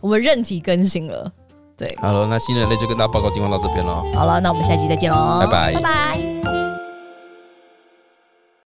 Speaker 3: 我们任体更新了。对，
Speaker 1: 好了，那新人类就跟大家报告情况到这边喽。
Speaker 3: 好了，那我们下期再见喽，
Speaker 1: 拜拜
Speaker 3: 拜拜。